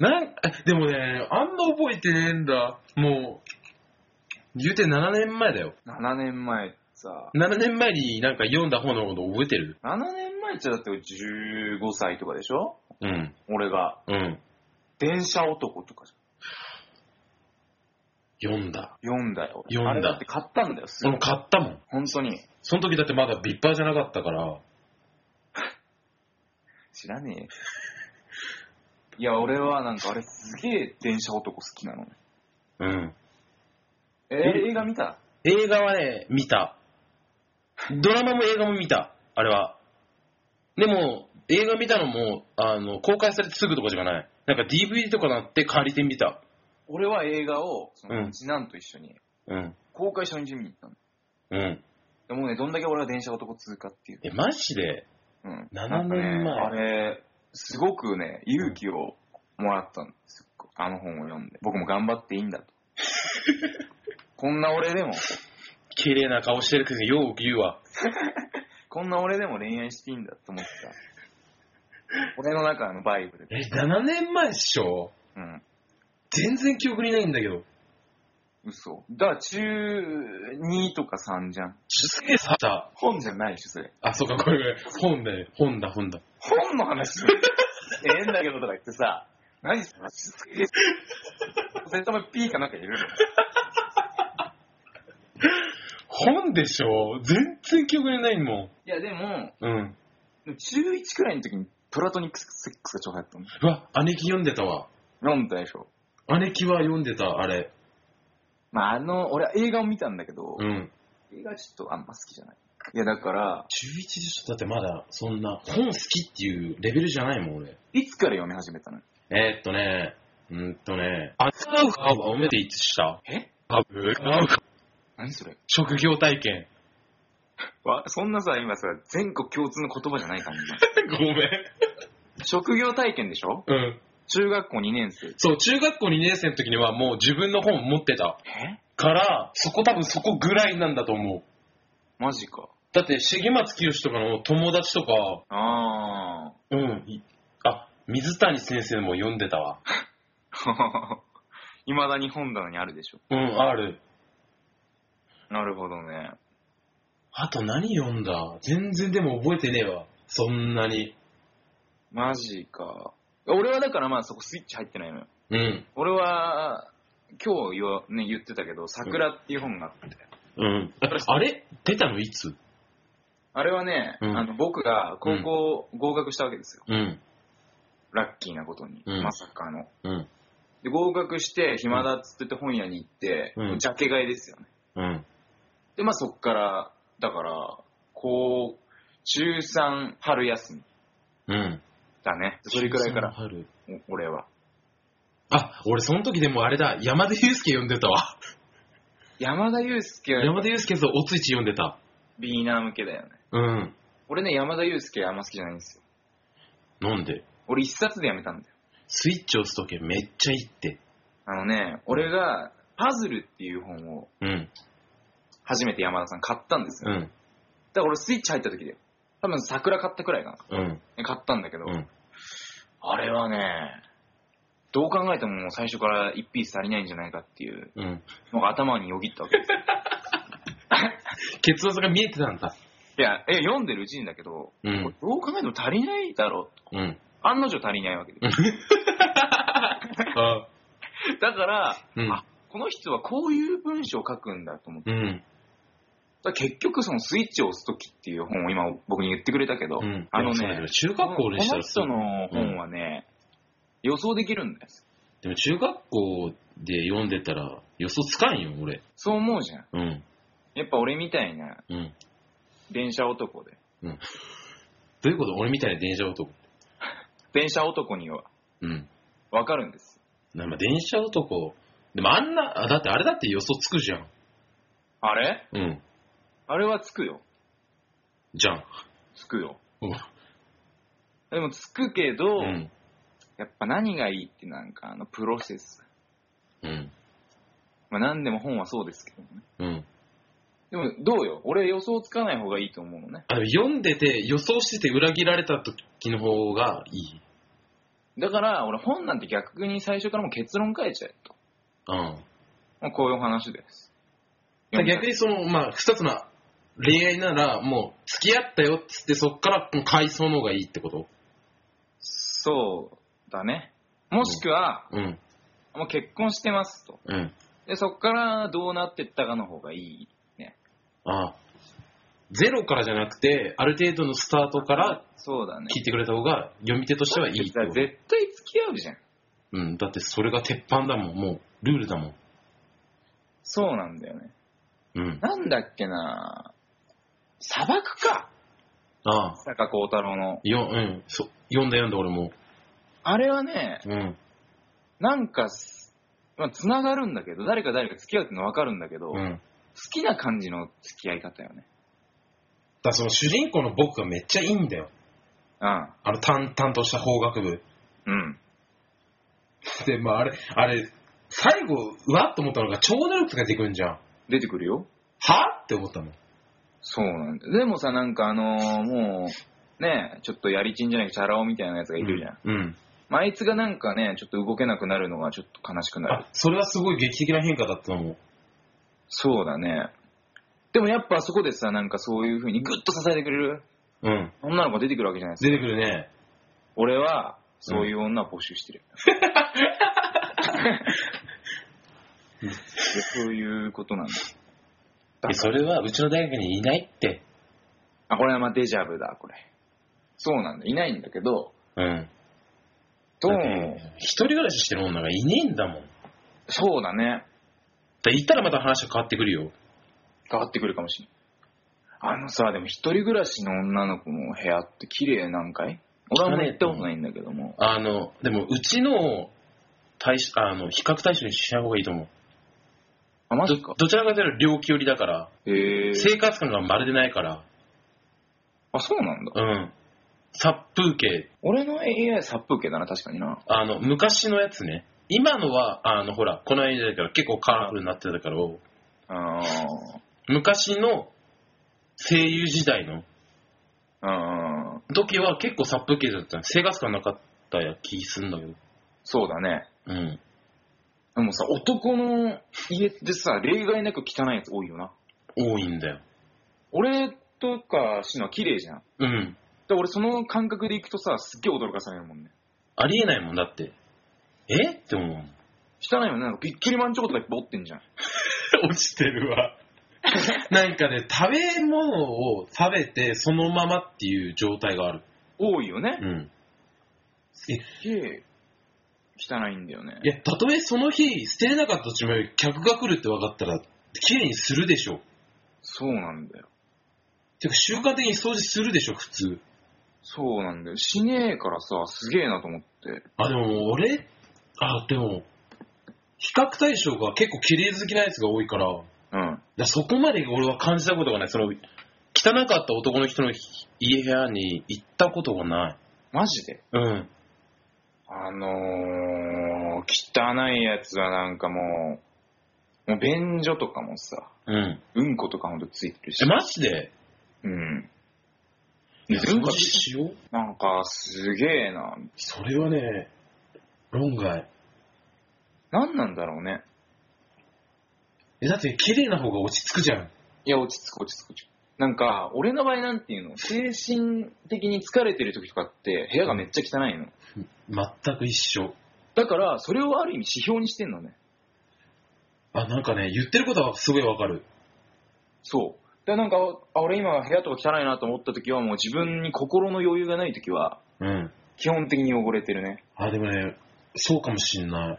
[SPEAKER 1] なん、 でもね、あんま覚えてねえんだ。もう、言うて7年前だよ。
[SPEAKER 2] 7年前さ。
[SPEAKER 1] 7年前になんか読んだ本のこと覚えてる
[SPEAKER 2] 7年前っちゃだって15歳とかでしょ
[SPEAKER 1] うん、
[SPEAKER 2] 俺が。
[SPEAKER 1] うん。
[SPEAKER 2] 電車男とかじ
[SPEAKER 1] 読んだ。
[SPEAKER 2] ゃん。読んだよ。俺
[SPEAKER 1] 読んだ
[SPEAKER 2] あれだって買ったんだよ、す
[SPEAKER 1] 俺も買ったもん。
[SPEAKER 2] 本当に。
[SPEAKER 1] その時だってまだビッパーじゃなかったから。
[SPEAKER 2] 知らねえよ。いや、俺はなんかあれすげえ電車男好きなの。
[SPEAKER 1] うん。
[SPEAKER 2] え
[SPEAKER 1] え
[SPEAKER 2] 映画見た
[SPEAKER 1] 映画はね、見た。ドラマも映画も見た。あれは。でも、映画見たのも、あの、公開されてすぐとかじゃない。なんか DVD とかなって借りてみた。
[SPEAKER 2] 俺は映画を、そ
[SPEAKER 1] う
[SPEAKER 2] の
[SPEAKER 1] ん
[SPEAKER 2] 次男と一緒に、
[SPEAKER 1] うん。
[SPEAKER 2] 公開初日見に行ったの。
[SPEAKER 1] うん。
[SPEAKER 2] でもね、どんだけ俺は電車男通過っていう。
[SPEAKER 1] え、マジで
[SPEAKER 2] うん。
[SPEAKER 1] 7
[SPEAKER 2] なんかね
[SPEAKER 1] 年前
[SPEAKER 2] あれ、すごくね、勇気をもらったんですよ。あの本を読んで。僕も頑張っていい んだと。こんな俺でも、
[SPEAKER 1] 綺麗な顔してるけど、よう言うわ。
[SPEAKER 2] こんな俺でも恋愛していいんだと思ってた。俺の中のバイブル
[SPEAKER 1] え
[SPEAKER 2] で。、
[SPEAKER 1] 7年前っしょ
[SPEAKER 2] うん。
[SPEAKER 1] 全然記憶にないんだけど。
[SPEAKER 2] 嘘。だから中2とか3じゃん。
[SPEAKER 1] すげえさ、
[SPEAKER 2] 本じゃないでしょ、それ。
[SPEAKER 1] あ、そうか、これ、本だよ。本だ、本だ。
[SPEAKER 2] 本の話 ええんだけどとか言ってさ、何その話絶対お前 P かなんかいるの
[SPEAKER 1] 本でしょ全然記憶にないも
[SPEAKER 2] いや、でも、
[SPEAKER 1] ん。うん。
[SPEAKER 2] 中1くらいの時にプラトニックセックスが超流行ったの。
[SPEAKER 1] うわ、姉貴読んでたわ。
[SPEAKER 2] 読んだでしょ。
[SPEAKER 1] 姉貴は読んでた、あれ。
[SPEAKER 2] まあ、あの、俺は映画を見たんだけど、
[SPEAKER 1] うん。
[SPEAKER 2] 映画はちょっとあんま好きじゃない。いや、だから、
[SPEAKER 1] 中1でしょだってまだ、そんな、本好きっていうレベルじゃないもん、俺。
[SPEAKER 2] いつから読み始めたの
[SPEAKER 1] えー、っとね、うーんとね、あ、使うかおめでいつした
[SPEAKER 2] え
[SPEAKER 1] あぶあぶ
[SPEAKER 2] 何それ
[SPEAKER 1] 職業体験。
[SPEAKER 2] わ、そんなさ、今さ、全国共通の言葉じゃないかもね。
[SPEAKER 1] ごめん。
[SPEAKER 2] 職業体験でしょ
[SPEAKER 1] うん。
[SPEAKER 2] 中学校2年生。
[SPEAKER 1] そう、中学校2年生の時にはもう自分の本持ってた。
[SPEAKER 2] え
[SPEAKER 1] から、そこ多分そこぐらいなんだと思う。
[SPEAKER 2] マジか。
[SPEAKER 1] だって、重松清とかの友達とか、
[SPEAKER 2] あ
[SPEAKER 1] うん、いあ、水谷先生も読んでたわ。
[SPEAKER 2] ー。 いまだに本棚にあるでしょ。
[SPEAKER 1] うん、ある。
[SPEAKER 2] なるほどね。
[SPEAKER 1] あと何読んだ全然でも覚えてねえわ。そんなに。
[SPEAKER 2] マジか。俺はだからまあそこスイッチ入ってないのよ。
[SPEAKER 1] うん、
[SPEAKER 2] 俺は、今日言わ、ね、言ってたけど、桜っていう本があって、
[SPEAKER 1] うん。あれ出たのいつ
[SPEAKER 2] あれはね、
[SPEAKER 1] うん
[SPEAKER 2] あの僕が高校合格したわけですよ。
[SPEAKER 1] うん、
[SPEAKER 2] ラッキーなことに、
[SPEAKER 1] うん
[SPEAKER 2] まさかの。
[SPEAKER 1] うん、
[SPEAKER 2] で、合格して、暇だっつってて本屋に行って、
[SPEAKER 1] うん
[SPEAKER 2] ジャケ買いですよね。
[SPEAKER 1] うん。
[SPEAKER 2] で、まあそっから、だから、こう、中3春休み
[SPEAKER 1] うん。
[SPEAKER 2] だね。それくらい
[SPEAKER 1] 中
[SPEAKER 2] から、
[SPEAKER 1] 三の春
[SPEAKER 2] お俺は。
[SPEAKER 1] あ、俺その時でもあれだ、山田裕介読んでたわ。
[SPEAKER 2] 山田裕介は
[SPEAKER 1] 山田裕介とおついち読んでた。
[SPEAKER 2] ビーナー向けだよね。
[SPEAKER 1] うん。
[SPEAKER 2] 俺ね、山田裕介あんま好きじゃないんですよ。
[SPEAKER 1] なんで
[SPEAKER 2] 俺一冊でやめたんだよ。
[SPEAKER 1] スイッチ押すとけめっちゃいいって。
[SPEAKER 2] あのね、俺が、パズルっていう本を
[SPEAKER 1] うん、
[SPEAKER 2] 初めて山田さん買ったんですよ。
[SPEAKER 1] う
[SPEAKER 2] だ
[SPEAKER 1] ん、
[SPEAKER 2] から俺スイッチ入った時だよ。多分桜買ったくらいか
[SPEAKER 1] うん、
[SPEAKER 2] な。買ったんだけど、
[SPEAKER 1] うん。
[SPEAKER 2] あれはね、どう考えてももう最初から一ピース足りないんじゃないかっていう
[SPEAKER 1] うん。
[SPEAKER 2] のが頭によぎっ たわけですよ。
[SPEAKER 1] ケツオが見えてたんだ。
[SPEAKER 2] いや、え、読んでるうちにだけど、
[SPEAKER 1] うん
[SPEAKER 2] これどう考えても足りないだろうと。
[SPEAKER 1] うん。
[SPEAKER 2] 案の定足りないわけですよ。
[SPEAKER 1] あ、
[SPEAKER 2] だから、
[SPEAKER 1] うん
[SPEAKER 2] あ、この人はこういう文章を書くんだと思って。
[SPEAKER 1] うん。
[SPEAKER 2] だから結局そのスイッチを押すときっていう本を今僕に言ってくれたけど、
[SPEAKER 1] うん。
[SPEAKER 2] あ
[SPEAKER 1] で
[SPEAKER 2] の
[SPEAKER 1] もそうだけ
[SPEAKER 2] ね
[SPEAKER 1] ど、中学校でしたらさ
[SPEAKER 2] この人の本はね、予想できるんです。
[SPEAKER 1] でも中学校で読んでたら予想つかんよ、俺。
[SPEAKER 2] そう思うじゃん。
[SPEAKER 1] うん。
[SPEAKER 2] やっぱ俺みたいな
[SPEAKER 1] うん。
[SPEAKER 2] 電車男で。
[SPEAKER 1] どういうこと俺みたいな電車男。
[SPEAKER 2] 電車男には
[SPEAKER 1] うん。
[SPEAKER 2] わかるんです。
[SPEAKER 1] なんか電車男。でもあんな、あだってあれだって予想つくじゃん。
[SPEAKER 2] あれ
[SPEAKER 1] うん。
[SPEAKER 2] あれはつくよ。
[SPEAKER 1] じゃん。
[SPEAKER 2] つくよ。
[SPEAKER 1] うん
[SPEAKER 2] でもつくけど、
[SPEAKER 1] うん。
[SPEAKER 2] やっぱ何がいいってなんかあのプロセス。
[SPEAKER 1] うん。
[SPEAKER 2] まあ何でも本はそうですけどね。
[SPEAKER 1] うん。
[SPEAKER 2] でもどうよ俺予想つかない方がいいと思うのね。
[SPEAKER 1] あ読んでて、予想してて裏切られた時の方がいい。
[SPEAKER 2] だから俺本なんて逆に最初からもう結論書いちゃえと。
[SPEAKER 1] うん。
[SPEAKER 2] まあ、こういうお話です。
[SPEAKER 1] 逆にその、まあ、二つの恋愛なら、もう、付き合ったよっつって、そっからもう回想の方がいいってこと
[SPEAKER 2] そうだね。もしくは、
[SPEAKER 1] うん。
[SPEAKER 2] もう結婚してますと。
[SPEAKER 1] うん。
[SPEAKER 2] で、そっからどうなってったかの方がいい。ね。
[SPEAKER 1] ああ。ゼロからじゃなくて、ある程度のスタートから
[SPEAKER 2] そうだね。
[SPEAKER 1] 聞いてくれた方が、読み手としてはいいって
[SPEAKER 2] だ
[SPEAKER 1] こ
[SPEAKER 2] から
[SPEAKER 1] と
[SPEAKER 2] 絶対付き合うじゃん。
[SPEAKER 1] うん。だって、それが鉄板だもん。もう、ルールだもん。
[SPEAKER 2] そうなんだよね。
[SPEAKER 1] うん。
[SPEAKER 2] なんだっけな砂漠か
[SPEAKER 1] ああ。
[SPEAKER 2] 坂幸太郎の。
[SPEAKER 1] よ、うん。そ、読んだ読んだ、俺も。
[SPEAKER 2] あれはね、
[SPEAKER 1] うん。
[SPEAKER 2] なんかす、まあ、つながるんだけど、誰か誰か付き合うっての分かるんだけど、
[SPEAKER 1] う
[SPEAKER 2] 好
[SPEAKER 1] ん。
[SPEAKER 2] きな感じの付き合い方よね。
[SPEAKER 1] だからその主人公の僕がめっちゃいいんだよ。
[SPEAKER 2] うん。
[SPEAKER 1] あの、淡々とした法学部。
[SPEAKER 2] うん。
[SPEAKER 1] で、まあ、あれ、あれ、最後、うわっと思ったのが、超能力とか出てくるんじゃん。
[SPEAKER 2] 出てくるよ。
[SPEAKER 1] はって思ったの。
[SPEAKER 2] そうなんだ。でもさ、なんかあのーもう、ねちょっとやりちんじゃなくチャラ男みたいなやつがいるじゃん。
[SPEAKER 1] うん。
[SPEAKER 2] まあ、あいつがなんかね、ちょっと動けなくなるのがちょっと悲しくなる
[SPEAKER 1] あ。、それはすごい劇的な変化だったと思う。
[SPEAKER 2] そうだね。でもやっぱあそこでさ、なんかそういう風にグッと支えてくれる
[SPEAKER 1] うん。
[SPEAKER 2] 女の子出てくるわけじゃないですか
[SPEAKER 1] 出てくるね。
[SPEAKER 2] 俺は、そういう女を募集してる。 そういうことなんだ。だ
[SPEAKER 1] えそれはうちの大学にいないって。
[SPEAKER 2] あ、これはまあデジャブだ、これ。そうなんだ。いないんだけど、
[SPEAKER 1] うん。
[SPEAKER 2] どう
[SPEAKER 1] だって一人暮らししてる女がいねえんだもん。だ
[SPEAKER 2] そうだね。
[SPEAKER 1] 行ったらまた話が変わってくるよ。
[SPEAKER 2] 変わってくるかもしれない。あのさ、でも一人暮らしの女の子の部屋って綺麗なんかい俺はもう行ったことないんだけども。
[SPEAKER 1] あの、でもうちの対し、あの、比較対象にしない方がいいと思う。
[SPEAKER 2] あ、マ
[SPEAKER 1] ど
[SPEAKER 2] ジか。
[SPEAKER 1] どちらかというと猟奇寄りだから、
[SPEAKER 2] へえ。
[SPEAKER 1] 生活感がまるでないから、
[SPEAKER 2] あ、そうなんだ。
[SPEAKER 1] うん。殺風景
[SPEAKER 2] 俺の AI 殺風景だな、確かにな。
[SPEAKER 1] あの、昔のやつね。今のは、あの、ほら、この間だから結構カラフルになってたから、
[SPEAKER 2] あー
[SPEAKER 1] 昔の声優時代の
[SPEAKER 2] あー。
[SPEAKER 1] 時は結構殺風景だったの生活感なかったや気すんだけど。
[SPEAKER 2] そうだね。
[SPEAKER 1] うん。
[SPEAKER 2] でもさ、男の家ってさ、例外なく汚いやつ多いよな。
[SPEAKER 1] 多いんだよ。
[SPEAKER 2] 俺とか死のは綺麗じゃん。
[SPEAKER 1] うん。
[SPEAKER 2] で俺その感覚で行くとさ、すっげえ驚かされるもんね。
[SPEAKER 1] ありえないもんだって。えって思うもん。
[SPEAKER 2] 汚いよね。なんかびっくりマンチョコとかボってんじゃん。
[SPEAKER 1] 落ちてるわ。 なんかね、食べ物を食べてそのままっていう状態がある。
[SPEAKER 2] 多いよね。
[SPEAKER 1] うん。
[SPEAKER 2] すっげえ汚いんだよね。
[SPEAKER 1] いや、たとえその日捨てれなかったとしても客が来るって分かったら、綺麗にするでしょ。
[SPEAKER 2] そうなんだよ。
[SPEAKER 1] てか習慣的に掃除するでしょ普通
[SPEAKER 2] そうなんだよ。しねえからさ、すげえなと思って。
[SPEAKER 1] あでも俺あでも比較対象が結構綺麗好きなやつが多いからだか
[SPEAKER 2] うん。
[SPEAKER 1] らそこまで俺は感じたことがないその汚かった男の人の家部屋に行ったことがない
[SPEAKER 2] マジで
[SPEAKER 1] うん
[SPEAKER 2] あのー、汚いやつはなんかもう、もう便所とかもさ、
[SPEAKER 1] うん
[SPEAKER 2] うんことかほんとついてるし
[SPEAKER 1] え。マジで
[SPEAKER 2] うん。
[SPEAKER 1] いや
[SPEAKER 2] うんこ
[SPEAKER 1] 掃除しよう
[SPEAKER 2] なんか、すげえな。
[SPEAKER 1] それはね論外
[SPEAKER 2] なんなんだろうね。
[SPEAKER 1] えだって綺麗な方が落ち着くじゃん
[SPEAKER 2] いや、落ち着く、落ち着く。なんか、俺の場合なんていうの、精神的に疲れてる時とかって、部屋がめっちゃ汚いの。
[SPEAKER 1] 全く一緒
[SPEAKER 2] だから、それをある意味指標にしてんのね。
[SPEAKER 1] あなんかね言ってることはすごいわかる
[SPEAKER 2] そう。だからなんか、あ、俺今部屋とか汚いなと思った時は、もう自分に心の余裕がない時は、
[SPEAKER 1] うん
[SPEAKER 2] 基本的に汚れてるね。
[SPEAKER 1] あでもねそうかもしんない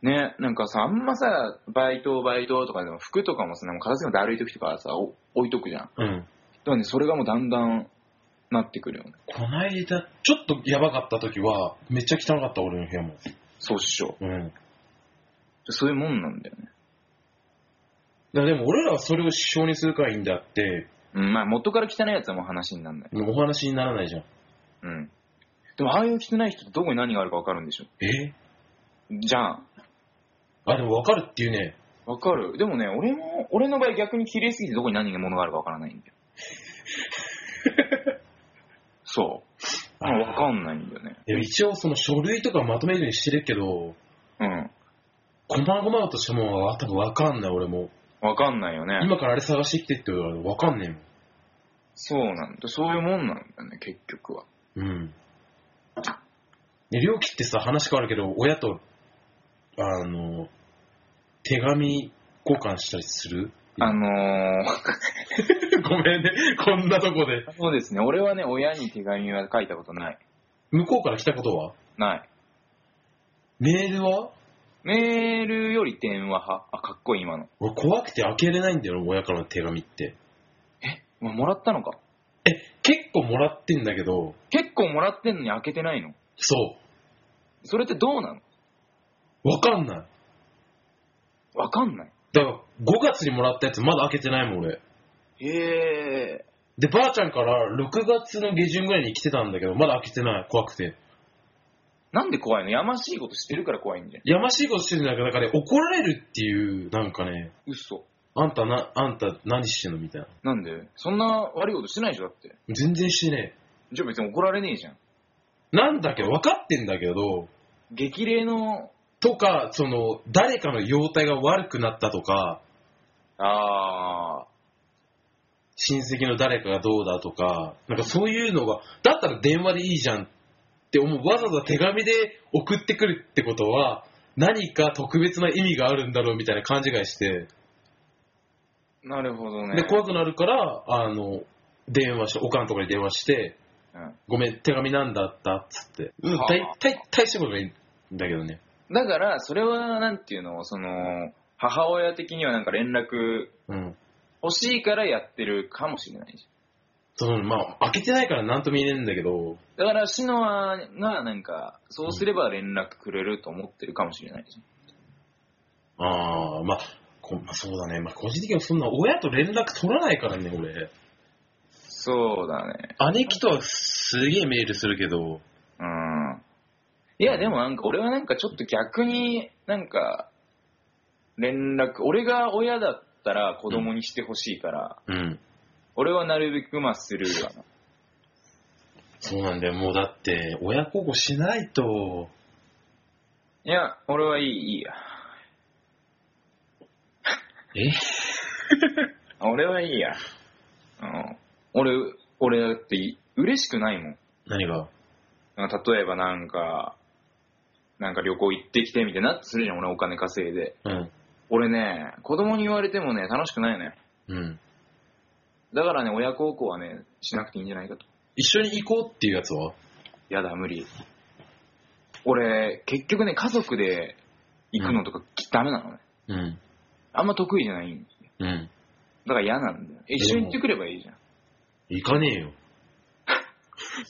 [SPEAKER 2] ね、なんかさ、あんまさ、バイト、バイトとかでも服とかもさ、もう片付けのだるい時とかはさ、お置いとくじゃん。だか
[SPEAKER 1] うん
[SPEAKER 2] らね、それがもうだんだんなってくるよね。
[SPEAKER 1] こないだ、ちょっとやばかった時は、めっちゃ汚かった、俺の部屋も。
[SPEAKER 2] そうっしょ。
[SPEAKER 1] うん。
[SPEAKER 2] そういうもんなんだよね。
[SPEAKER 1] だでも、俺らはそれを指標にするからいいんだって、
[SPEAKER 2] うん、まあ元から汚いやつはもう話になんない。
[SPEAKER 1] もうお話にならないじゃん。
[SPEAKER 2] うん。でもああいう汚い人ってどこに何があるか分かるんでしょ
[SPEAKER 1] え
[SPEAKER 2] じゃん
[SPEAKER 1] あ、でも分かるっていうね。
[SPEAKER 2] 分かるでもね俺も俺の場合逆に綺麗すぎてどこに何が物があるか分からないんだよそう
[SPEAKER 1] あー
[SPEAKER 2] 分かんないんだよね
[SPEAKER 1] でも一応その書類とかまとめるようにしてるけど、
[SPEAKER 2] うん
[SPEAKER 1] 細々としたもんは多分分かんない俺も。
[SPEAKER 2] 分かんないよね
[SPEAKER 1] 今からあれ探してきてって言われたら分かんね
[SPEAKER 2] そうなんだそういうもんなんだね結局は
[SPEAKER 1] えもん。うん。で、両きってさ、話変わるけど、親と、あの、手紙交換したりする
[SPEAKER 2] あのー、
[SPEAKER 1] ごめんね、こんなとこで。
[SPEAKER 2] そうですね俺はね親に手紙は書いたことない
[SPEAKER 1] 向こうから来たことは
[SPEAKER 2] ない
[SPEAKER 1] メールは
[SPEAKER 2] メールより電話派あかっこいい今の
[SPEAKER 1] 俺怖くて開けれないんだよ、親からの手紙って。
[SPEAKER 2] まあもらったのか
[SPEAKER 1] 結構もらってんだけど、
[SPEAKER 2] 結構もらってんのに開けてないの
[SPEAKER 1] そ
[SPEAKER 2] それってどうなの
[SPEAKER 1] う。わかんない。
[SPEAKER 2] わかんない
[SPEAKER 1] だから、5月にもらったやつまだ開けてないもん、俺。
[SPEAKER 2] へえ
[SPEAKER 1] で、ばあちゃんから6月の下旬ぐらいに来てたんだけど、まだ開けてない。怖くて。
[SPEAKER 2] なんで怖いのやましいことしてるから怖いんじゃん
[SPEAKER 1] やましいことしてるんだけど、なんかね、怒られるっていう、なんかね、
[SPEAKER 2] 嘘
[SPEAKER 1] あんたな、あんた何してんのみたいな。
[SPEAKER 2] なんでそんな悪いことしてないでしょだって
[SPEAKER 1] 全然してね
[SPEAKER 2] じゃあ別に怒られねえじゃん
[SPEAKER 1] え。なんだけど、分かってんだけど、
[SPEAKER 2] 激励の
[SPEAKER 1] とか、その、誰かの容態が悪くなったとか、
[SPEAKER 2] ああ
[SPEAKER 1] 親戚の誰かがどうだとか、なんかそういうのが、だったら電話でいいじゃんって思う。わざわざ手紙で送ってくるってことは、何か特別な意味があるんだろうみたいな勘違いして、
[SPEAKER 2] なるほどね
[SPEAKER 1] で、怖くなるから、あの、電話して、おかんとかに電話して、
[SPEAKER 2] うん
[SPEAKER 1] ごめん、手紙なんだったっつって。うん、
[SPEAKER 2] はあ
[SPEAKER 1] 大体、大したことないんだけどね。
[SPEAKER 2] だからそれはなんていうのその母親的にはなんか連絡
[SPEAKER 1] うん。
[SPEAKER 2] 欲しいからやってるかもしれないじ
[SPEAKER 1] その、まあ、開けてないから何とも言えねえんだけど、
[SPEAKER 2] ゃんだからシノアがなんかそうすれば連絡くれると思ってるかもしれないじゃん
[SPEAKER 1] ああ、まあ、こまあ、そうだね。まあ、個人的にはそんな親と連絡取らないからね、俺。
[SPEAKER 2] そうだね。
[SPEAKER 1] 姉貴とはすげえメールするけど、
[SPEAKER 2] うん。いや、でもなんか、俺はなんかちょっと逆になんか、連絡、俺が親だったら子供にしてほしいから、
[SPEAKER 1] うん。
[SPEAKER 2] 俺はなるべくまあするわな。
[SPEAKER 1] そうなんだよ。もうだって、親孝行しないと、
[SPEAKER 2] いや、俺はいい、いいや。
[SPEAKER 1] え
[SPEAKER 2] 俺はいいや。うん。俺、俺だってい嬉しくないもん。
[SPEAKER 1] 何が
[SPEAKER 2] なんか例えばなんか、なんか旅行行ってきてみたいになってするじゃん、俺お金稼いで。
[SPEAKER 1] うん。
[SPEAKER 2] 俺ね、子供に言われてもね、楽しくないね。
[SPEAKER 1] うん。
[SPEAKER 2] だからね、親孝行はね、しなくていいんじゃないかと。
[SPEAKER 1] 一緒に行こうっていうやつは
[SPEAKER 2] やだ、無理。俺、結局ね、家族で行くのとか、きダメなのね。
[SPEAKER 1] うん。
[SPEAKER 2] あんま得意じゃない。
[SPEAKER 1] うん。
[SPEAKER 2] だから嫌なんだよ。え一緒に行ってくればいいじゃん。
[SPEAKER 1] 行かねえよ。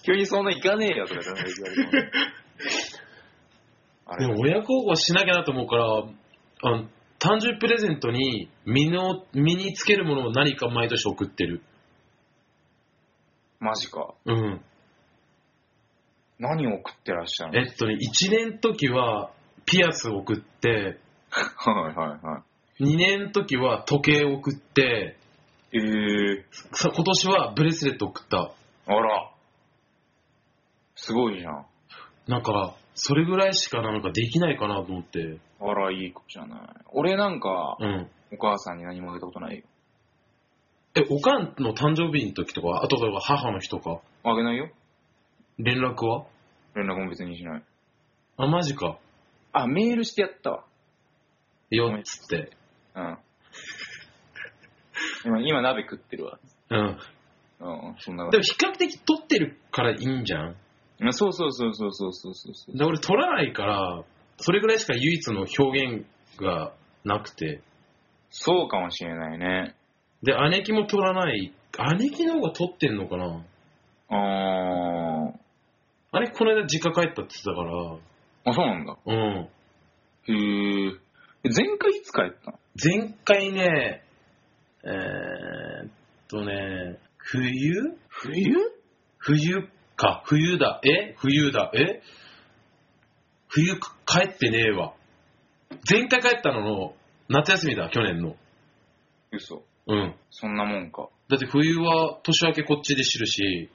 [SPEAKER 2] 急にそんな行かねえよとか言われ てもねあ
[SPEAKER 1] で
[SPEAKER 2] れ
[SPEAKER 1] も親孝行しなきゃなと思うから、あの、誕生日プレゼントに身の、身につけるものを何か毎年送ってる。
[SPEAKER 2] マジか。
[SPEAKER 1] うん。
[SPEAKER 2] 何を送ってらっしゃるの
[SPEAKER 1] えっとね、1年の時はピアスを送って、
[SPEAKER 2] はいはいは
[SPEAKER 1] 2年の時は時計を送って、
[SPEAKER 2] い。え
[SPEAKER 1] さ今年はブレスレットを送った。
[SPEAKER 2] ー、あら。すごいじゃん。
[SPEAKER 1] なんか、それぐらいしかなんかできないかなと思って。
[SPEAKER 2] あら、いい子じゃない。俺なんか、
[SPEAKER 1] うん。
[SPEAKER 2] お母さんに何もあげたことないよ。
[SPEAKER 1] え、おかんの誕生日の時とか、あとは母の日とか、
[SPEAKER 2] あげないよ。
[SPEAKER 1] 連絡は
[SPEAKER 2] 連絡も別にしない。
[SPEAKER 1] あ、マジか。
[SPEAKER 2] あ、メールしてやったわ。
[SPEAKER 1] よっつって。
[SPEAKER 2] うん。今、今鍋食ってるわ。
[SPEAKER 1] うん。
[SPEAKER 2] うん、そんな
[SPEAKER 1] でも比較的取ってるからいいんじゃん
[SPEAKER 2] うんそうそうそうそうそうそうそうそう。
[SPEAKER 1] で俺取らないから、それぐらいしか唯一の表現がなくて。
[SPEAKER 2] そうかもしれないね。
[SPEAKER 1] で、姉貴も取らない。姉貴の方が取ってんのかな
[SPEAKER 2] あ
[SPEAKER 1] あれ、この間実家帰ったって言ってたか
[SPEAKER 2] ー。あ、そうなんだ。
[SPEAKER 1] ら、うん。
[SPEAKER 2] へえ。前回いつ帰ったの
[SPEAKER 1] 前回ね、えー、っとね、冬
[SPEAKER 2] 冬
[SPEAKER 1] 冬っか、冬だ、え冬だ、え冬か帰ってねえわ。前回帰ったのの、夏休みだ、去年の。
[SPEAKER 2] 嘘。
[SPEAKER 1] うん。
[SPEAKER 2] そんなもんか。
[SPEAKER 1] だって冬は年明けこっちで知るし、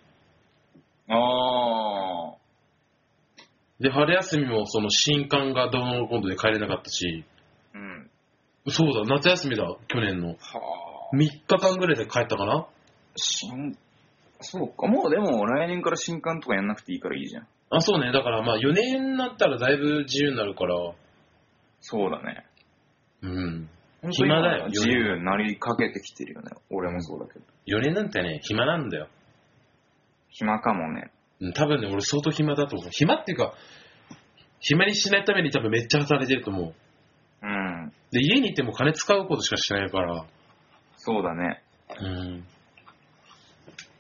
[SPEAKER 2] ああ。
[SPEAKER 1] で、春休みもその新刊がどうの今度で帰れなかったし、
[SPEAKER 2] うん。
[SPEAKER 1] そうだ、夏休みだ、去年の。
[SPEAKER 2] はあ。
[SPEAKER 1] 3日間ぐらいで帰ったかな
[SPEAKER 2] 新、そうか。もうでも来年から新刊とかやんなくていいからいいじゃん。
[SPEAKER 1] あ、そうね。だからまあ4年になったらだいぶ自由になるから、
[SPEAKER 2] そうだね。
[SPEAKER 1] うん。暇だよ
[SPEAKER 2] 本当に今自由になりかけてきてるよね。俺もそうだけど。
[SPEAKER 1] 4年なんてね、暇なんだよ。
[SPEAKER 2] 暇かもね。
[SPEAKER 1] うん多分ね、俺相当暇だと思う。暇っていうか、暇にしないために多分めっちゃ働いてると思う。
[SPEAKER 2] うん。
[SPEAKER 1] で、家にいても金使うことしかしないから、
[SPEAKER 2] そうだね。
[SPEAKER 1] うん。
[SPEAKER 2] い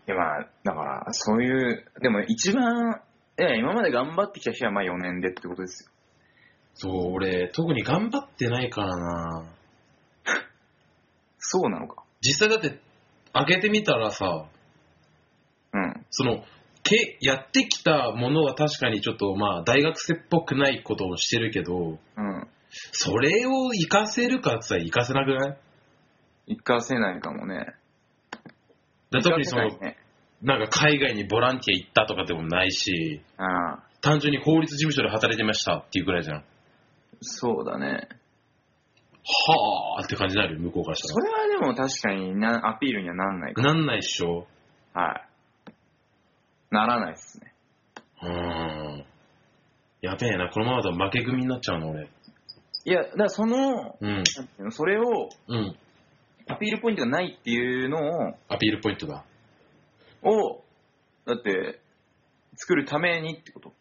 [SPEAKER 2] やまあ、だから、そういう、でも一番、いや、今まで頑張ってきた人はまあ4年でってことですよ。
[SPEAKER 1] そう、俺、特に頑張ってないからな
[SPEAKER 2] そうなのか。
[SPEAKER 1] 実際だって、開けてみたらさ、
[SPEAKER 2] うん。
[SPEAKER 1] その、け、やってきたものは確かにちょっと、まあ、大学生っぽくないことをしてるけど、
[SPEAKER 2] うん。
[SPEAKER 1] それを活かせるかって言ったら活かせなくない
[SPEAKER 2] 一過せないかもね。
[SPEAKER 1] だ特にその
[SPEAKER 2] 活かせ、ないね。
[SPEAKER 1] なんか海外にボランティア行ったとかでもないし、
[SPEAKER 2] ああ、
[SPEAKER 1] 単純に法律事務所で働いてましたっていうぐらいじゃん。は
[SPEAKER 2] そうだね。
[SPEAKER 1] ーって感じになるよ、向こうからした。
[SPEAKER 2] それはでも確かになアピールにはなんないから
[SPEAKER 1] なんないっしょ
[SPEAKER 2] ら。はい。ならないっすね。
[SPEAKER 1] うーん。やべえな、このままだと負け組になっちゃうの、俺。
[SPEAKER 2] いや、だからその、
[SPEAKER 1] うん。
[SPEAKER 2] なんていうのそれを、
[SPEAKER 1] うん。
[SPEAKER 2] アピールポイントがないっていうの
[SPEAKER 1] アピールポイントだ。
[SPEAKER 2] を、を、だって、作るためにってこと。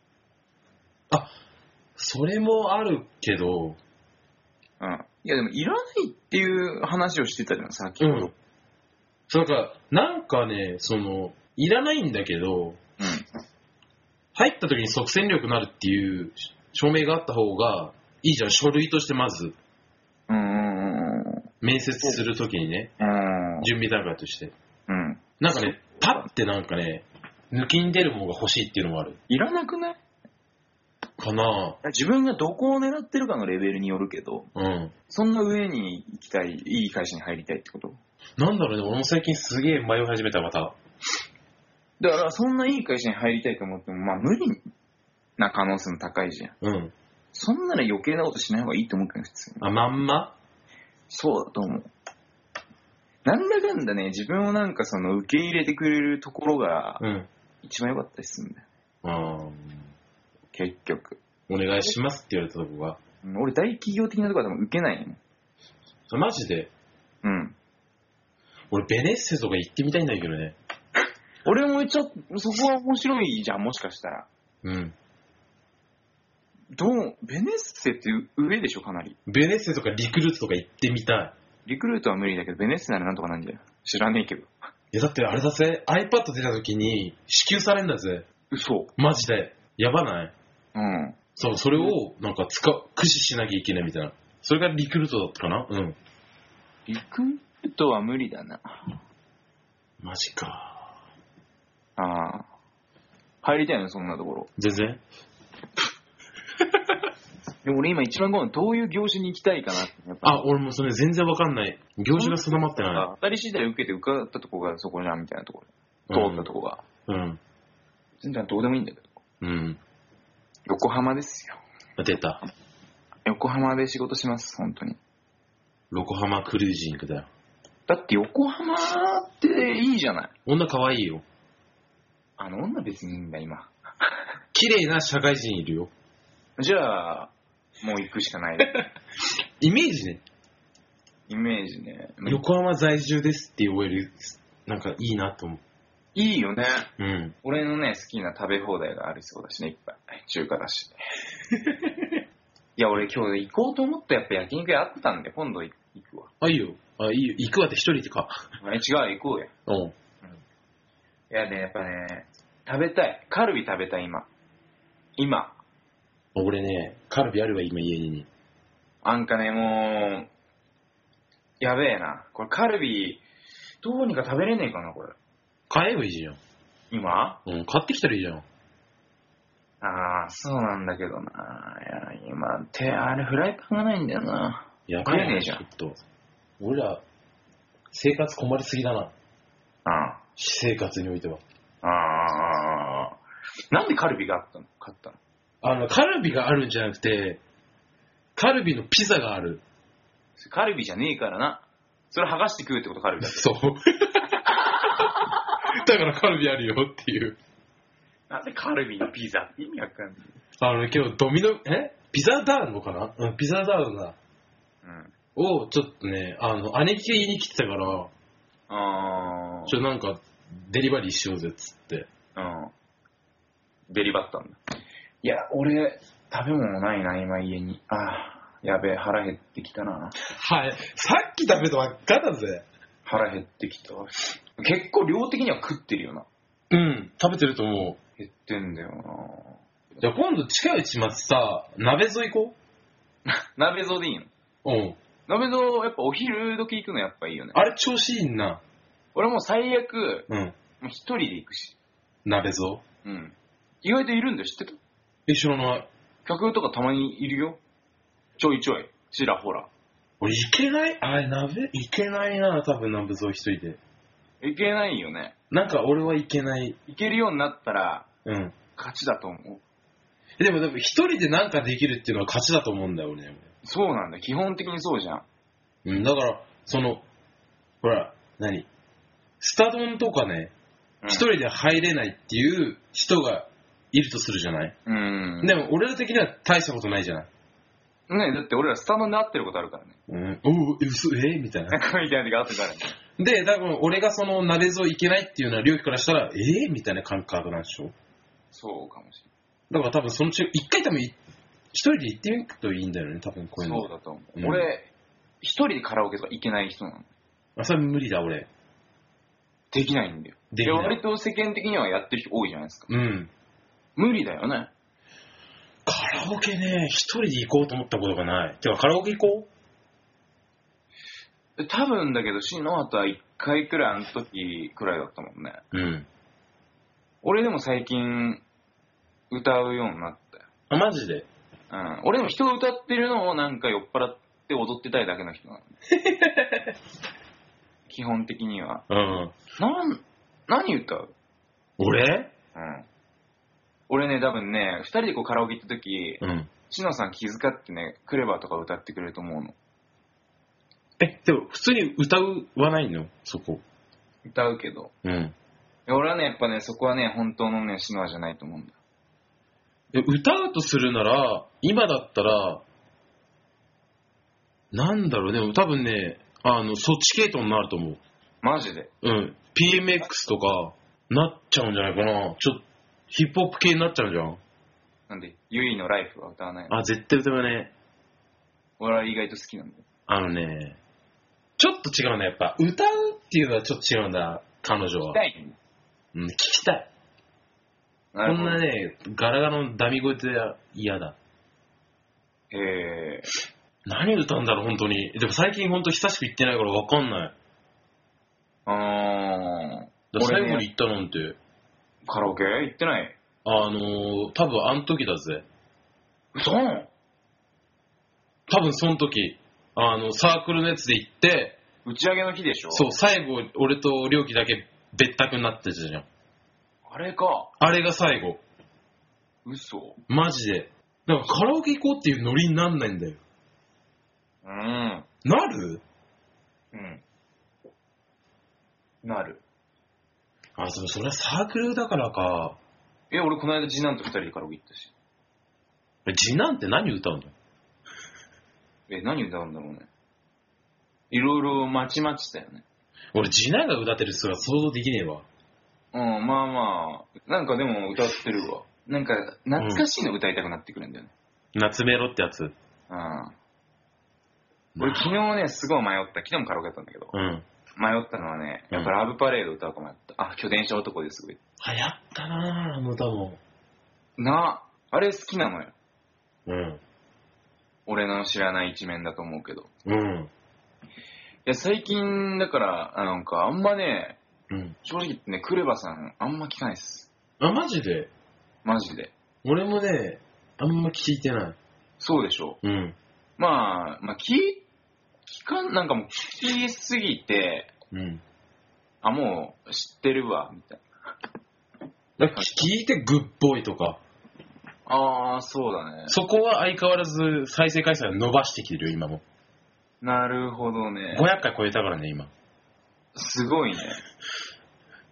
[SPEAKER 1] それもあるけど、
[SPEAKER 2] うん。いや、でも、いらないっていう話をしてたじゃん、さっき。
[SPEAKER 1] うん。そうなんか、なんかね、その、いらないんだけど、入った時に即戦力になるっていう証明があった方がいいじゃん、書類としてまず、
[SPEAKER 2] うん。うん。うん。
[SPEAKER 1] 面接する時にね、
[SPEAKER 2] うん。
[SPEAKER 1] 準備段階として。
[SPEAKER 2] うん。
[SPEAKER 1] なんかね、パッてなんかね、抜きに出る方が欲しいっていうのもある。
[SPEAKER 2] いらなくない
[SPEAKER 1] かな
[SPEAKER 2] 自分がどこを狙ってるかのレベルによるけど、
[SPEAKER 1] うん。
[SPEAKER 2] そんな上に行きたい、いい会社に入りたいってこと
[SPEAKER 1] なんだろうね、俺も最近すげえ迷い始めた、また。
[SPEAKER 2] だから、そんないい会社に入りたいと思っても、まあ、無理な可能性も高いじゃん。
[SPEAKER 1] うん。
[SPEAKER 2] そんなら余計なことしない方がいいと思うけど、普通に。
[SPEAKER 1] あ、まんま
[SPEAKER 2] そうだと思う。なんだかんだね、自分をなんかその受け入れてくれるところが
[SPEAKER 1] うん。
[SPEAKER 2] 一番良かったりするんだよ。
[SPEAKER 1] あー
[SPEAKER 2] 結局。
[SPEAKER 1] お願いしますって言われたとこが。
[SPEAKER 2] うん俺大企業的なとこは多分受けないもん。
[SPEAKER 1] マジで、
[SPEAKER 2] うん。
[SPEAKER 1] 俺ベネッセとか行ってみたいんだけどね。
[SPEAKER 2] 俺もちょっと、そこは面白いじゃん、もしかしたら。
[SPEAKER 1] うん。
[SPEAKER 2] どう、ベネッセって上でしょ、かなり。
[SPEAKER 1] ベネッセとかリクルートとか行ってみたい。
[SPEAKER 2] リクルートは無理だけど、ベネッセならなんとかなんじゃん。知らねえけど。
[SPEAKER 1] いやだってあれだぜ、iPad 出た時に支給されんだぜ。
[SPEAKER 2] 嘘。
[SPEAKER 1] マジで。やばない
[SPEAKER 2] うん。
[SPEAKER 1] そう、それをなんか使う、駆使しなきゃいけないみたいな。それがリクルートだったかなうん。
[SPEAKER 2] リクルートは無理だな。
[SPEAKER 1] マジか。
[SPEAKER 2] ああ。入りたいの、そんなところ。
[SPEAKER 1] 全然
[SPEAKER 2] でも俺今一番ごめん、どういう業種に行きたいかなって。やっぱ
[SPEAKER 1] あ、俺もそれ全然わかんない。業種が定まってな
[SPEAKER 2] 当たり次第受けて受かったとこがそこじゃんみたいなとこ
[SPEAKER 1] い。
[SPEAKER 2] ろ。通ったとこが。
[SPEAKER 1] うん。
[SPEAKER 2] 全然どうでもいいんだけど。
[SPEAKER 1] うん。
[SPEAKER 2] 横浜ですよ。
[SPEAKER 1] うん。出た。
[SPEAKER 2] 横浜で仕事します、本当に。
[SPEAKER 1] 横浜クルージングだよ。
[SPEAKER 2] だって横浜っていいじゃない。
[SPEAKER 1] 女可愛いよ。
[SPEAKER 2] あの女別にいいんだ、今。
[SPEAKER 1] 綺麗な社会人いるよ。
[SPEAKER 2] じゃあ、もう行くしか ない。
[SPEAKER 1] イメージね。
[SPEAKER 2] イメージね。
[SPEAKER 1] 横浜在住ですっていう OL、なんかいいなと思う。
[SPEAKER 2] いいよね。
[SPEAKER 1] うん。
[SPEAKER 2] 俺のね、好きな食べ放題がありそうだしね、いっぱい。中華だ し。いや、俺今日行こうと思ったやっぱ焼肉屋あったんで、今度行くわ。
[SPEAKER 1] あ、いいよ。あ、いいよ。行くわって一人でか。
[SPEAKER 2] え違う、行こうや。
[SPEAKER 1] うん。
[SPEAKER 2] いやね、やっぱね、食べたい。カルビ食べたい、今。今。
[SPEAKER 1] 俺ね、カルビあるわ、今家に。
[SPEAKER 2] なんかね、もう、やべえな。これカルビ、どうにか食べれねえかな、これ。
[SPEAKER 1] 買えばいいじゃん。
[SPEAKER 2] 今
[SPEAKER 1] うん、買ってきたらいいじゃん。
[SPEAKER 2] ああ、そうなんだけどな。いや、今、手、あれ、フライパンがないんだよな。
[SPEAKER 1] やばい
[SPEAKER 2] 買えねえ
[SPEAKER 1] ね、
[SPEAKER 2] じ
[SPEAKER 1] ち
[SPEAKER 2] ゃ
[SPEAKER 1] ょ
[SPEAKER 2] ん
[SPEAKER 1] っと。俺ら、生活困りすぎだな。
[SPEAKER 2] あ
[SPEAKER 1] 私生活においては。
[SPEAKER 2] あ、ああ。なんでカルビがあったの買ったの
[SPEAKER 1] あの、カルビがあるんじゃなくて、カルビのピザがある。
[SPEAKER 2] カルビじゃねえからな。それ剥がして食うってことカ ルビだ。
[SPEAKER 1] そう。だからカルビあるよっていう。
[SPEAKER 2] なんでカルビのピザ意味わかんない。
[SPEAKER 1] あの、今日ドミノ、えピザダーノかなうん、ピザダーノだ。
[SPEAKER 2] うん。
[SPEAKER 1] を、ちょっとね、あの、姉貴が言いに来てたから、
[SPEAKER 2] あ
[SPEAKER 1] ちょ、なんか、デリバリーしようぜっつって。
[SPEAKER 2] あ。うん。デリバったんだ。いや、俺、食べ物ないな、今家に。ああ、やべえ、腹減ってきたな。
[SPEAKER 1] はい。さっき食べたばっかだぜ。
[SPEAKER 2] 腹減ってきた。結構量的には食ってるよな。
[SPEAKER 1] うん、食べてると思う。
[SPEAKER 2] 減ってんだよな。
[SPEAKER 1] じゃあ今度近いうちまでさ、鍋沿い行こ
[SPEAKER 2] 鍋蔵でいいの
[SPEAKER 1] う。うん。
[SPEAKER 2] 鍋蔵、やっぱお昼時行くのやっぱいいよね。
[SPEAKER 1] あれ調子いいな。
[SPEAKER 2] 俺もう最悪、
[SPEAKER 1] うん。
[SPEAKER 2] もう一人で行くし。
[SPEAKER 1] 鍋沿
[SPEAKER 2] うん。意外といるんだよ、知ってた
[SPEAKER 1] え、知らない。
[SPEAKER 2] 客とかたまにいるよ。ちょいちょい。ちらほら。
[SPEAKER 1] 俺行けないあれ、鍋行けないな、多分鍋沿い一人で。
[SPEAKER 2] いけないよね。
[SPEAKER 1] なんか俺は行けない。
[SPEAKER 2] いけるようになったら、
[SPEAKER 1] うん。
[SPEAKER 2] 勝ちだと思う。
[SPEAKER 1] えでも、でも一人でなんかできるっていうのは勝ちだと思うんだよ、俺。
[SPEAKER 2] そうなんだよ。基本的にそうじゃん。
[SPEAKER 1] うん、だから、その、ほら、何スタドンとかね、
[SPEAKER 2] うん
[SPEAKER 1] 一人で入れないっていう人がいるとするじゃない、
[SPEAKER 2] うん。
[SPEAKER 1] でも俺ら的には大したことないじゃない
[SPEAKER 2] ねだって俺らスタンドになってることあ るからね。
[SPEAKER 1] うん。おう、え嘘、えみたいな
[SPEAKER 2] な。んかみたいな時あったからね。
[SPEAKER 1] で、多分俺がその鍋ぞいけないっていうのは両家からしたら、ええみたいな感覚なんでしょ
[SPEAKER 2] そうかもし
[SPEAKER 1] だから多分その中、一回多分い一人で行ってみるといいんだよね、多分こう
[SPEAKER 2] れ
[SPEAKER 1] いう
[SPEAKER 2] ない。そ
[SPEAKER 1] の
[SPEAKER 2] う。だと思う。
[SPEAKER 1] うん
[SPEAKER 2] 俺、一人でカラオケとか行けない人なの。
[SPEAKER 1] あ、それ無理だ、俺。
[SPEAKER 2] できないんだよ。
[SPEAKER 1] できない
[SPEAKER 2] 割と世間的にはやってる人多いじゃないですか。
[SPEAKER 1] うん。
[SPEAKER 2] 無理だよね。
[SPEAKER 1] カラオケね、一人で行こうと思ったことがない。てか、カラオケ行こ
[SPEAKER 2] 多分だけど、篠畑は一回くらいあの時くらいだったもんね。
[SPEAKER 1] ううん。
[SPEAKER 2] 俺でも最近、歌うようになったよ。
[SPEAKER 1] あ、マジで
[SPEAKER 2] うん。俺でも人が歌ってるのをなんか酔っ払って踊ってたいだけの人なの。基本的には。
[SPEAKER 1] うん。
[SPEAKER 2] なん、何歌う
[SPEAKER 1] 俺
[SPEAKER 2] うん。俺ね、多分ね、二人でこうカラオケ行った時、
[SPEAKER 1] うん。
[SPEAKER 2] 篠さん気遣ってね、クレバーとか歌ってくれると思うの。
[SPEAKER 1] え、でも普通に歌うはないのそこ。
[SPEAKER 2] 歌うけど。
[SPEAKER 1] うん。
[SPEAKER 2] いや俺はね、やっぱね、そこはね、本当のね、シノアじゃないと思うんだ。
[SPEAKER 1] え歌うとするなら、今だったら、なんだろうね、でも多分ね、あの、そっち系統になると思う。
[SPEAKER 2] マジで。
[SPEAKER 1] うん。PMX とか、なっちゃうんじゃないかな。ちょっと、ヒップホップ系になっちゃうじゃん。
[SPEAKER 2] なんで、ユイのライフは歌わないの。
[SPEAKER 1] あ、絶対歌わね。
[SPEAKER 2] 俺は意外と好きなんだよ。
[SPEAKER 1] あのね、ちょっと違うね、やっぱ。歌うっていうのはちょっと違うんだ、彼女は
[SPEAKER 2] 痛。いん
[SPEAKER 1] うん、聞きたい。
[SPEAKER 2] だ。
[SPEAKER 1] こんな
[SPEAKER 2] ね。
[SPEAKER 1] ね、ガラガラのダミ声って嫌だ。
[SPEAKER 2] えー、
[SPEAKER 1] 何歌うんだろう、本当に。でも最近本当久しく行ってないから分かんない。
[SPEAKER 2] あ
[SPEAKER 1] だ
[SPEAKER 2] ー、
[SPEAKER 1] から最後
[SPEAKER 2] 俺
[SPEAKER 1] に
[SPEAKER 2] ね、
[SPEAKER 1] 行ったなんて、
[SPEAKER 2] カラオケ行ってない。
[SPEAKER 1] あのー、多分あの時だぜ。
[SPEAKER 2] 嘘なの
[SPEAKER 1] 多分その時、あの、サークルのやつで行って、
[SPEAKER 2] 打ち上げの日でしょ
[SPEAKER 1] そう、。最後、俺と良樹だけ別宅になってたじゃん。
[SPEAKER 2] あれか。
[SPEAKER 1] あれが最後。
[SPEAKER 2] 嘘。
[SPEAKER 1] マジで。だからカラオケ行こうっていうノリになんないんだよ。
[SPEAKER 2] うん。
[SPEAKER 1] なる
[SPEAKER 2] うん。なる。
[SPEAKER 1] あ、そう、それはサークルだからか。
[SPEAKER 2] え、俺この間次男と二人でカラオケ行ったし。
[SPEAKER 1] 次男って何歌うの
[SPEAKER 2] え、何歌うんだろうね。いろいろまちまちだよね。
[SPEAKER 1] 俺、次男が歌ってる姿想像できねえわ。
[SPEAKER 2] うん、まあまあ、なんかでも歌ってるわ。なんか、懐かしいの歌いたくなってくるんだよね。
[SPEAKER 1] 夏メロってやつ。
[SPEAKER 2] うん。俺昨日ね、すごい迷った。昨日もカラオケやったんだけど、
[SPEAKER 1] うん。
[SPEAKER 2] 迷ったのはね、やっぱラブパレード歌うか迷った。あ、巨電車男ですごい。
[SPEAKER 1] 流行ったなぁ、あの歌も。
[SPEAKER 2] なあ、あれ好きなのよ。
[SPEAKER 1] うん。
[SPEAKER 2] 俺の知らない一面だと思うけど。い
[SPEAKER 1] うん。
[SPEAKER 2] や、最近、だから、あなんか、あんまね、
[SPEAKER 1] うん。
[SPEAKER 2] 正直言ってね、クレバさん、あんま聞かないっす。
[SPEAKER 1] あ、マジで
[SPEAKER 2] マジで。
[SPEAKER 1] 俺もね、あんま聞いてない。
[SPEAKER 2] そうでしょ
[SPEAKER 1] うん。
[SPEAKER 2] う。まあ、まあ、聞い、聞かん、なんかもう聞きすぎて、
[SPEAKER 1] うん。
[SPEAKER 2] あ、もう知ってるわ、みたい
[SPEAKER 1] だから聞いてグッボーイとか、
[SPEAKER 2] な。ああ、そうだね。
[SPEAKER 1] そこは相変わらず再生回数は伸ばしてきてるよ、今も。
[SPEAKER 2] なるほどね。
[SPEAKER 1] 500回超えたからね、今。
[SPEAKER 2] すごいね。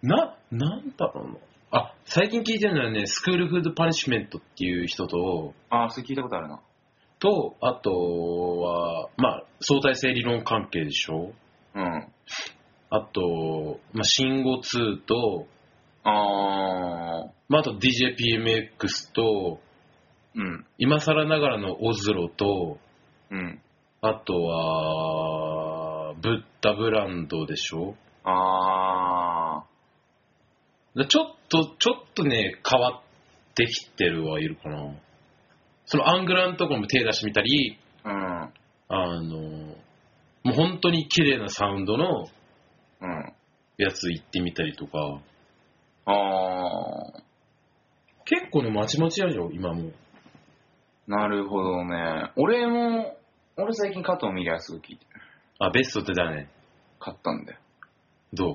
[SPEAKER 1] な、なんだろうな。あ、最近聞いてるのはね、スクールフードパニッシュメントっていう人と、
[SPEAKER 2] ああ、それ聞いたことあるな。
[SPEAKER 1] と、あとは、まあ、相対性理論関係でしょ
[SPEAKER 2] うん。
[SPEAKER 1] あと、まあ、信号2と、
[SPEAKER 2] ああ、
[SPEAKER 1] まあ、あと DJPMX と、
[SPEAKER 2] うん、
[SPEAKER 1] 今更ながらのオズロと、
[SPEAKER 2] うん。
[SPEAKER 1] あとは、ブッダブランドでしょ
[SPEAKER 2] ああ、
[SPEAKER 1] だちょっと、ちょっとね、変わってきてるはいるかな。そのアングラのとこも手出してみたり、
[SPEAKER 2] うん、
[SPEAKER 1] あの、もう本当に綺麗なサウンドの
[SPEAKER 2] うん。
[SPEAKER 1] やつ行ってみたりとか、
[SPEAKER 2] ああ、
[SPEAKER 1] 結構ね、まちまちやでしょ、今も。
[SPEAKER 2] なるほどね。俺も、俺最近加藤ミリアすごい聞いてる。
[SPEAKER 1] あ、ベストってだね。
[SPEAKER 2] 買ったんだよ。
[SPEAKER 1] ど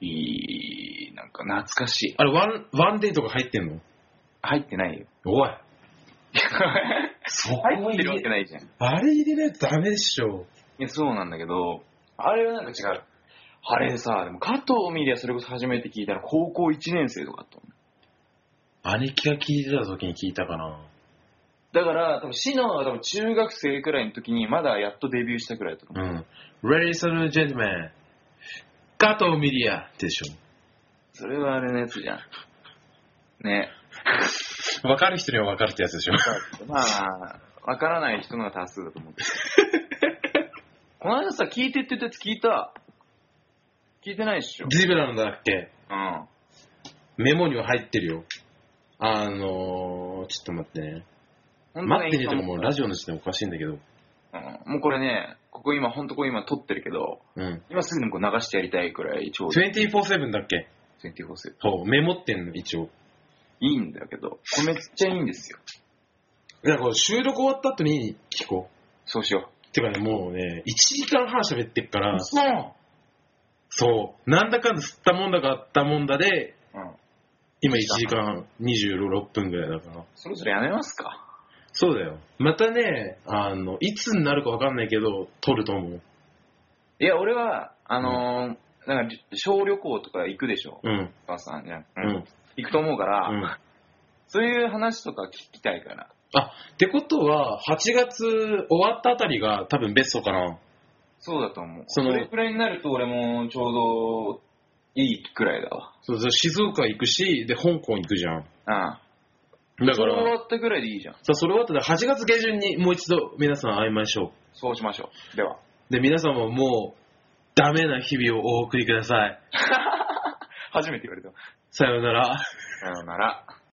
[SPEAKER 1] う
[SPEAKER 2] いい、なんか懐かしい。
[SPEAKER 1] あれ、ワン、ワンデーとか入ってんの
[SPEAKER 2] 入ってないよ。
[SPEAKER 1] おい。そこ
[SPEAKER 2] 入っ
[SPEAKER 1] 入
[SPEAKER 2] てるわけ
[SPEAKER 1] れ、
[SPEAKER 2] ないじゃん。い
[SPEAKER 1] あれ入れないとダメでしょ。
[SPEAKER 2] や、そうなんだけど、あれはなんか違う。あれさ、でも加藤ミリアそれこそ初めて聞いたら高校1年生とかだったもん
[SPEAKER 1] 兄貴が聞いてた時に聞いたかな。
[SPEAKER 2] だから、多分シノは多分中学生くらいの時にまだやっとデビューしたくらいだったと思う。
[SPEAKER 1] うん。Ladies and gentlemen, 加藤ミリアでし
[SPEAKER 2] それはあれのやつじゃん。ね。
[SPEAKER 1] ょ。わかる人にはわかるってやつでしょ。
[SPEAKER 2] まあ、わからない人のが多数だと 思うけど。この間さ、聞いてって言ったやつ聞いた。聞いてないっしょ。
[SPEAKER 1] ズブランドだっけ
[SPEAKER 2] うん。
[SPEAKER 1] メモには入ってるよ。あのー、ちょっと待ってね。
[SPEAKER 2] 本
[SPEAKER 1] 待ってねとかもうラジオの時点でおかしいんだけど。
[SPEAKER 2] うん、もうこれね、ここ今、ほんとこれ今撮ってるけど、
[SPEAKER 1] うん。
[SPEAKER 2] 今すぐでもこう流してやりたいくらい、ちょうど
[SPEAKER 1] 24-7だっけ
[SPEAKER 2] 24世
[SPEAKER 1] そう、メモってんの、一応。
[SPEAKER 2] いいんだけど、これめっちゃいいんですよ。
[SPEAKER 1] だからこう収録終わった後に聞こ
[SPEAKER 2] そうしよ
[SPEAKER 1] う。てかね、もうね、1時間半喋ってっから
[SPEAKER 2] う。、そう
[SPEAKER 1] そう、なんだかんだ吸ったもんだかあったもんだで、
[SPEAKER 2] うん。
[SPEAKER 1] 今1時間26分ぐらいだから。
[SPEAKER 2] そろそろやめますか。
[SPEAKER 1] そうだよ。またね、あの、いつになるかわかんないけど、撮ると思う。
[SPEAKER 2] いや、俺は、あのーなんか、小旅行とか行くでしょ。
[SPEAKER 1] うん。
[SPEAKER 2] お母さんじゃん。
[SPEAKER 1] うん。うん。
[SPEAKER 2] 行くと思うから、そういう話とか聞きたいから。
[SPEAKER 1] ってことは、8月終わったあたりが多分ベストかな。
[SPEAKER 2] そうだと思う。
[SPEAKER 1] そ
[SPEAKER 2] そ
[SPEAKER 1] の
[SPEAKER 2] れくらいになると俺もちょうどいいくらいだわ。
[SPEAKER 1] そうそう静岡行くし、で、香港行くじゃん。
[SPEAKER 2] ああ。
[SPEAKER 1] だ
[SPEAKER 2] そ
[SPEAKER 1] か
[SPEAKER 2] れ終
[SPEAKER 1] ら、
[SPEAKER 2] わったくらいでいいじゃん。
[SPEAKER 1] さあそれ終わったら8月下旬にもう一度皆さん会いましょ
[SPEAKER 2] そうしましょう。では。
[SPEAKER 1] う。で、皆さんももう、ダメな日々をお送りください。
[SPEAKER 2] 初めて言われた。
[SPEAKER 1] さようなら。
[SPEAKER 2] さようなら。